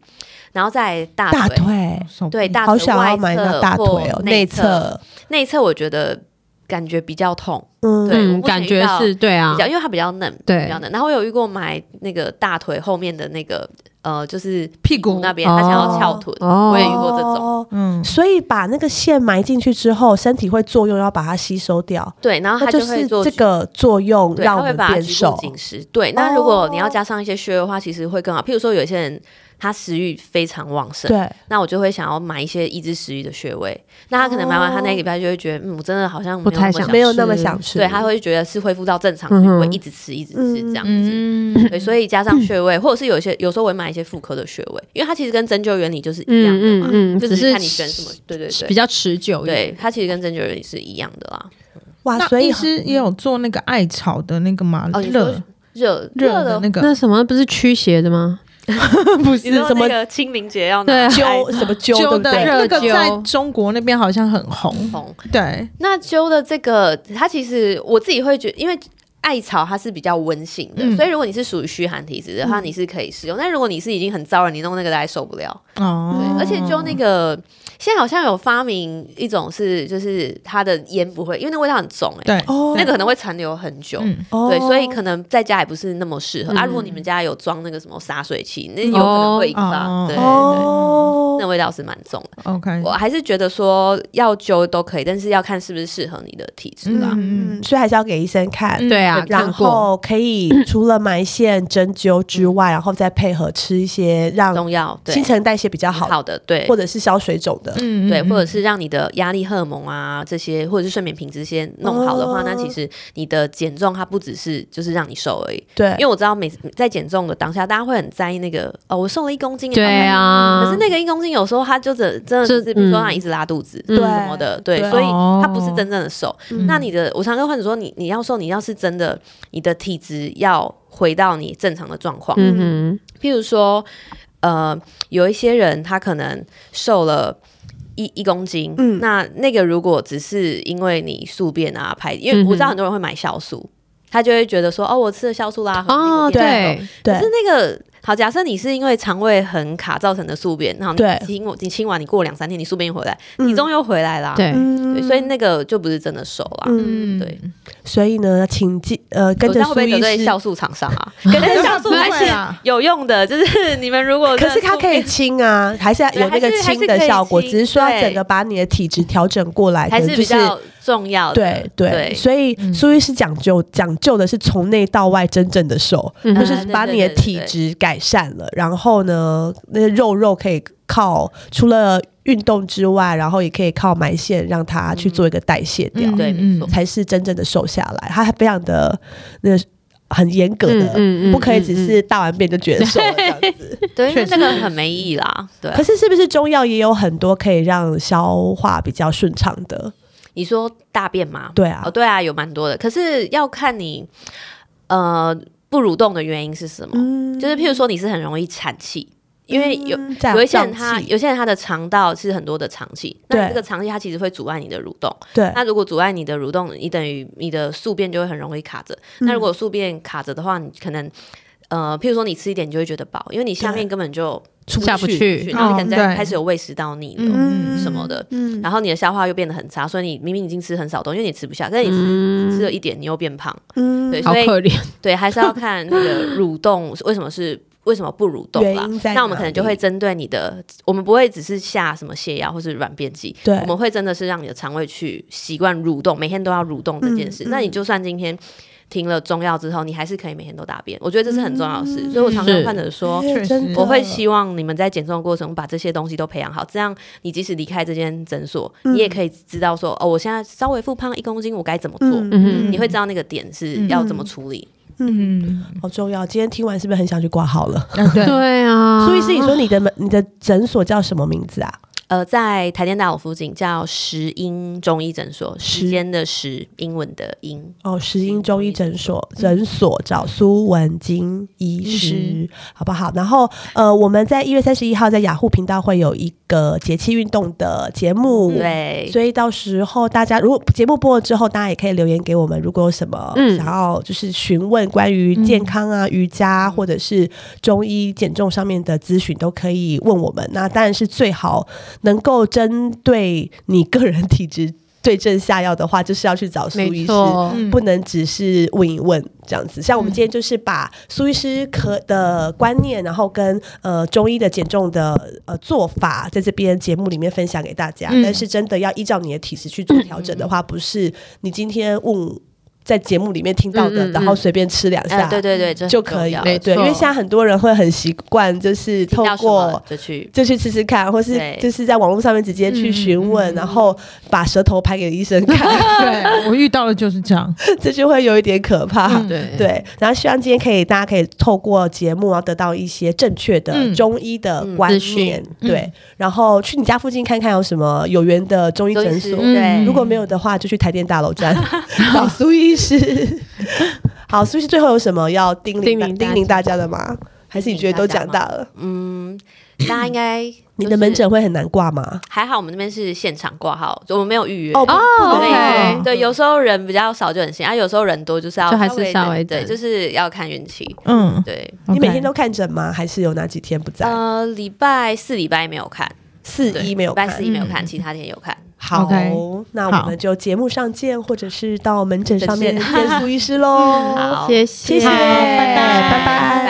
Speaker 2: 然后再来大
Speaker 1: 大
Speaker 2: 腿，
Speaker 1: 腿，
Speaker 4: 手
Speaker 2: 对，大
Speaker 1: 好
Speaker 2: 腿
Speaker 1: 想要
Speaker 2: 外
Speaker 1: 买
Speaker 2: 侧
Speaker 1: 那大腿
Speaker 2: 或
Speaker 1: 哦，
Speaker 2: 内
Speaker 1: 内侧，
Speaker 2: 内侧我觉得感觉比较痛，
Speaker 1: 嗯，
Speaker 2: 对我
Speaker 3: 嗯，
Speaker 2: 目前
Speaker 3: 感
Speaker 2: 遇
Speaker 3: 觉
Speaker 2: 到
Speaker 3: 是对啊
Speaker 2: 比，较因为它比较嫩，
Speaker 3: 对
Speaker 2: 比较嫩。然后我有遇过买那个大腿后面的那个呃，就是
Speaker 4: 屁股
Speaker 2: 那边，他想要翘臀，
Speaker 3: 哦
Speaker 2: 我也遇过这种。
Speaker 1: 哦
Speaker 4: 嗯，
Speaker 1: 所以把那个线埋进去之后，身体会作用要把它吸收掉，
Speaker 2: 对，然后
Speaker 1: 那
Speaker 2: 他就会
Speaker 1: 是
Speaker 2: 做
Speaker 1: 这个作用
Speaker 2: 对，他
Speaker 1: 让我
Speaker 2: 会
Speaker 1: 们
Speaker 2: 把
Speaker 1: 变
Speaker 2: 局部
Speaker 1: 瘦。
Speaker 2: 紧实。对，那如果你要加上一些穴位的话，其实会更好。譬如说，有些人他食欲非常旺盛，
Speaker 1: 对，
Speaker 2: 那我就会想要买一些抑制食欲的穴位。那他可能买完，他那个礼拜就会觉得，嗯，我真的好像
Speaker 3: 不
Speaker 2: 没有
Speaker 3: 太
Speaker 2: 那么
Speaker 3: 想
Speaker 2: 想
Speaker 1: 没有那么
Speaker 3: 吃
Speaker 1: 想吃，
Speaker 2: 对，他会觉得是恢复到正常，
Speaker 3: 嗯哼
Speaker 2: 会一直吃，一直吃这样子。
Speaker 4: 嗯，
Speaker 2: 对，所以加上穴位，或者是有一些有时候我会买一些妇科的穴位，因为它其实跟针灸原理就是一样的嘛，
Speaker 3: 嗯嗯嗯
Speaker 2: 就
Speaker 3: 只
Speaker 2: 只
Speaker 3: 是
Speaker 2: 是看你选什么。对对
Speaker 3: 比
Speaker 2: 对，
Speaker 3: 较持久一点。
Speaker 2: 对，它其实跟针灸原理是一样的啦。
Speaker 1: 哇，
Speaker 4: 那
Speaker 1: 所以
Speaker 4: 医师啊也有做那个艾草的那个嘛
Speaker 2: 哦你说
Speaker 4: 热
Speaker 2: 热
Speaker 4: 热的
Speaker 2: 的，
Speaker 4: 那个，
Speaker 3: 那什么不是驱邪的吗？
Speaker 4: 不
Speaker 2: 你
Speaker 4: 是
Speaker 2: 知道
Speaker 1: 什么
Speaker 2: 那个哎清明节要
Speaker 3: 对
Speaker 2: 拿
Speaker 3: 啊
Speaker 1: 灸什么灸，对
Speaker 4: 灸
Speaker 1: 不
Speaker 4: 的
Speaker 1: 对
Speaker 3: 热
Speaker 4: 那个
Speaker 3: 灸
Speaker 4: 在中国那边好像很红，
Speaker 2: 红。
Speaker 4: 对，
Speaker 2: 那灸的这个，它其实我自己会觉因为。艾草它是比较温性的，
Speaker 4: 嗯
Speaker 2: 所以如果你是属于虚寒体质的话，你是可以使用。但如果你是已经很燥了，你弄那个大家受不了。对，
Speaker 4: 哦，
Speaker 2: 而且就那个现在好像有发明一种是，就是它的烟不会，因为那味道很重哎、
Speaker 4: 对，
Speaker 1: 哦，
Speaker 2: 那个可能会残留很久。
Speaker 4: 嗯，
Speaker 1: 哦
Speaker 2: 对，所以可能在家也不是那么适合、啊。
Speaker 3: 嗯
Speaker 2: 如果你们家有装那个什么洒水器，那有可能会引发，
Speaker 4: 哦
Speaker 2: 对对对，
Speaker 1: 哦
Speaker 2: 那味道是蛮重的。
Speaker 4: ，OK，
Speaker 2: 我还是觉得说要灸都可以，但是要看是不是适合你的体质啦。
Speaker 4: 嗯
Speaker 1: 嗯，所以还是要给医生看。
Speaker 2: 嗯
Speaker 3: 对啊，
Speaker 1: 然
Speaker 3: 看过。
Speaker 1: 后可以除了埋线、针灸之外，然后再配合吃一些让
Speaker 2: 嗯中药对
Speaker 1: 新陈代谢比较好，
Speaker 2: 好的对
Speaker 1: 或。者是消水肿的。
Speaker 4: 嗯
Speaker 2: 对，或者是让你的压力荷尔蒙啊这些，或者是睡眠品质先弄好的话，
Speaker 1: 哦
Speaker 2: 那其实你的减重它不只是就是让你瘦而已，因
Speaker 1: 对
Speaker 2: 为，我知道每次在减重的当下，大家会很在意那个哦，我瘦了一公斤耶，
Speaker 3: 对啊，
Speaker 2: 嗯可是那个一公斤有时候它就真真的
Speaker 3: 这
Speaker 2: 是，比如说
Speaker 3: 嗯
Speaker 2: 它一直拉肚子
Speaker 3: 嗯
Speaker 2: 什么的，对，
Speaker 1: 对
Speaker 2: 所以
Speaker 4: 哦
Speaker 2: 它不是真正的瘦。那你的，我常跟患者说，你你要瘦，你要是真的，你的体质要回到你正常的状况。
Speaker 3: 嗯
Speaker 2: 譬如说，呃，有一些人他可能瘦了一一公斤，
Speaker 1: 嗯
Speaker 2: 那那个如果只是因为你宿便啊排，因为我知道很多人会买酵素，他就会觉得说哦，我吃了酵素啦，很
Speaker 3: 哦，
Speaker 2: 利便利
Speaker 1: 对
Speaker 3: 对，
Speaker 2: 可是那个好，假设你是因为肠胃很卡造成的宿便，然后
Speaker 1: 对
Speaker 2: 你清我你清完，你过两三天你宿便又回来，体重又回来啦，对，
Speaker 3: 对
Speaker 1: 嗯
Speaker 2: 所以那个就不是真的瘦啦。
Speaker 1: 嗯，
Speaker 2: 对，
Speaker 1: 所以呢，请记呃跟
Speaker 2: 我
Speaker 1: 着
Speaker 2: 这样会
Speaker 1: 苏
Speaker 2: 不会得
Speaker 1: 医师。
Speaker 2: 罪酵素厂商 啊？跟着酵素
Speaker 4: 不
Speaker 2: 还
Speaker 4: 会
Speaker 2: 是
Speaker 4: 啦
Speaker 2: 有用的，就是你们如果
Speaker 1: 可是它可以清 啊，还是有那个
Speaker 2: 对还是
Speaker 1: 清的效果，
Speaker 2: 还是可以清
Speaker 1: 只是说要
Speaker 2: 对
Speaker 1: 整个把你的体质调整过来，可
Speaker 2: 还是
Speaker 1: 能就
Speaker 2: 比
Speaker 1: 是
Speaker 2: 较重要的，
Speaker 1: 对对，
Speaker 2: 对
Speaker 1: 所以苏医师讲究讲究的是从内到外真正的瘦，
Speaker 3: 嗯
Speaker 1: 就
Speaker 2: 啊
Speaker 1: 是
Speaker 2: 对
Speaker 1: 把
Speaker 2: 对
Speaker 1: 你的
Speaker 2: 对对
Speaker 1: 体
Speaker 2: 对
Speaker 1: 质改善了，然后呢，那些肉肉可以靠除了运动之外，然后也可以靠埋线让它去做一个代谢掉，
Speaker 2: 对，没错。
Speaker 1: 才是真正的瘦下来。它非常的那很严格的，
Speaker 3: 嗯嗯嗯
Speaker 1: 不可以只
Speaker 3: 嗯嗯
Speaker 1: 是大完便就 觉得瘦了这样子。
Speaker 2: 对，因为
Speaker 4: 确
Speaker 2: 那个很没意义啦。对啊
Speaker 1: 可，是是不是中药也有很多可以让消化比较顺畅的？
Speaker 2: 你说大便吗？
Speaker 1: 对啊
Speaker 2: 哦，，对啊，有蛮多的，可是要看你呃不蠕动的原因是什么。
Speaker 1: 嗯
Speaker 2: 就是譬如说你是很容易产气，因为有。
Speaker 1: 嗯
Speaker 2: 有一些人他
Speaker 1: 胀气
Speaker 2: 有些人他的肠道是很多的肠气，那
Speaker 1: 对
Speaker 2: 这个肠气它其实会阻碍你的蠕动。
Speaker 1: 对
Speaker 2: 那如果阻碍你的蠕动，你等于你的宿便就会很容易卡着。
Speaker 1: 嗯
Speaker 2: 那如果宿便卡着的话，你可能呃，譬如说你吃一点你就会觉得饱，因为你下面
Speaker 1: 对
Speaker 2: 根本就
Speaker 1: 出
Speaker 3: 下不去
Speaker 2: 然后你可能
Speaker 4: 哦
Speaker 2: 在
Speaker 4: 对
Speaker 2: 开始有胃食道逆流
Speaker 1: 嗯
Speaker 2: 什么的，
Speaker 1: 嗯
Speaker 2: 然后你的消化又变得很差，所以你明明已经吃很少东西，因为你吃不下，但你吃、吃了一点，你又变胖。
Speaker 1: 嗯
Speaker 2: 对，
Speaker 3: 好
Speaker 2: 所以
Speaker 3: 可怜，
Speaker 2: 对，还是要看那个蠕动为什么是为什么不蠕动啦
Speaker 1: 原因在。
Speaker 2: 那我们可
Speaker 1: 哪
Speaker 2: 能就
Speaker 1: 里
Speaker 2: 会针对你的，我们不会只是下什么泻药或是软便剂，
Speaker 1: 对
Speaker 2: 我们会真的是让你的肠胃去习惯蠕动，每天都要蠕动这件事。
Speaker 1: 嗯嗯
Speaker 2: 那你就算今天。停了中药之后，你还是可以每天都大便，我觉得这是很重要的
Speaker 1: 嗯
Speaker 2: 事。所以我常
Speaker 3: 是
Speaker 2: 跟患者说，
Speaker 1: 哎
Speaker 4: 确
Speaker 1: 真
Speaker 4: 实
Speaker 1: 的
Speaker 2: 我会希望你们在减重的过程中把这些东西都培养好，这样你即使离开这间诊所，你
Speaker 1: 嗯
Speaker 2: 也可以知道说，哦，我现在稍微复胖一公斤，我该怎么做，
Speaker 3: 嗯
Speaker 2: 你会知道那个点是要怎么处理。
Speaker 4: 嗯，
Speaker 1: 好重要。今天听完是不是很想去挂号了？
Speaker 4: 啊对，
Speaker 3: 对啊，
Speaker 1: 苏医师，你说你的门你的诊所叫什么名字啊？
Speaker 2: 呃，在台电大楼附近叫石英中医诊所，时间的时，英文的英。
Speaker 1: 哦，石英中医诊所，诊所找苏文金嗯医师，好不好？然后呃，我们在一月三十一号在雅虎频道会有一个节气运动的节目，。
Speaker 2: 对，
Speaker 1: 嗯所以到时候大家如果节目播了之后，大家也可以留言给我们，如果有什么
Speaker 3: 嗯
Speaker 1: 想要就是询问关于健康啊、瑜伽啊或者是中医减重上面的咨询，都可以问我们。那当然是最好能够针对你个人体质对症下药的话，就是要去找苏
Speaker 3: 没
Speaker 1: 医师。
Speaker 3: 错，
Speaker 4: 嗯
Speaker 1: 不能只是问一问这样子。像我们今天就是把苏医师可的观念，然后跟呃中医的减重的呃做法，在这边节目里面分享给大家。
Speaker 4: 嗯
Speaker 1: 但是真的要依照你的体质去做调整的话，不是你今天问在节目里面听到的，
Speaker 3: 嗯嗯嗯
Speaker 1: 然后随便吃两
Speaker 2: 呃，
Speaker 1: 下
Speaker 2: 对对对，这
Speaker 1: 啊就
Speaker 2: 很重
Speaker 1: 可以
Speaker 2: 要
Speaker 1: 了。
Speaker 3: 没
Speaker 1: 对，因
Speaker 3: 错
Speaker 1: 为现在很多人会很习惯，就是透
Speaker 2: 听到什
Speaker 1: 过
Speaker 2: 么。就去。
Speaker 1: 就去吃吃看，或是
Speaker 2: 对
Speaker 1: 就是在网络上面直接去
Speaker 4: 嗯
Speaker 1: 询问，
Speaker 4: 嗯
Speaker 1: 然后把舌头拍给医生看，
Speaker 4: 对我遇到的就是这样，
Speaker 1: 这就会有一点可怕。
Speaker 2: 啊
Speaker 4: 嗯
Speaker 3: 对，
Speaker 1: 对，然后希望今天可以，大家可以透过节目，然后得到一些正确的
Speaker 4: 嗯
Speaker 1: 中医的观
Speaker 3: 嗯资讯
Speaker 1: 念，对，然后去你家附近看看有什么有缘的中医
Speaker 2: 周
Speaker 1: 诊
Speaker 2: 医师
Speaker 1: 所，
Speaker 2: 对，
Speaker 1: 如果没有的话，就去台电大楼站找苏医师。好，苏医师最后有什么要叮
Speaker 3: 叮
Speaker 1: 咛大
Speaker 3: 咛大
Speaker 1: 叮咛大家的吗？还是你觉得都讲大了？
Speaker 2: 嗯，大家应该
Speaker 1: 你
Speaker 2: 就
Speaker 1: 的门
Speaker 2: 是
Speaker 1: 诊会很难挂吗？
Speaker 2: 还好，我们那边是现场挂号，就我们没有预约。
Speaker 1: 哦，不不能
Speaker 3: 哦
Speaker 2: 所以
Speaker 3: OK
Speaker 2: 对，有时候人比较少就很行啊，有时候人多就是要
Speaker 3: 就还是稍微
Speaker 2: 微对，
Speaker 3: 等
Speaker 2: 就是要看运气。
Speaker 4: 嗯，
Speaker 2: 对，
Speaker 1: 你每天
Speaker 4: OK
Speaker 1: 都看诊吗？还是有哪几天不在？
Speaker 2: 呃，礼拜四、礼拜一没有看，
Speaker 1: 四
Speaker 2: 对
Speaker 1: 一没有
Speaker 2: 礼拜
Speaker 1: 看，
Speaker 2: 四一没有看，
Speaker 4: 嗯
Speaker 2: 其他天有看。
Speaker 1: 好
Speaker 4: OK，
Speaker 1: 那
Speaker 4: 好
Speaker 1: 我们就节目上见，或者是到门诊上面
Speaker 2: 诊
Speaker 1: 见苏医师喽。
Speaker 2: 好，
Speaker 3: 谢谢，
Speaker 1: 谢谢，
Speaker 4: 好拜拜
Speaker 1: 拜拜。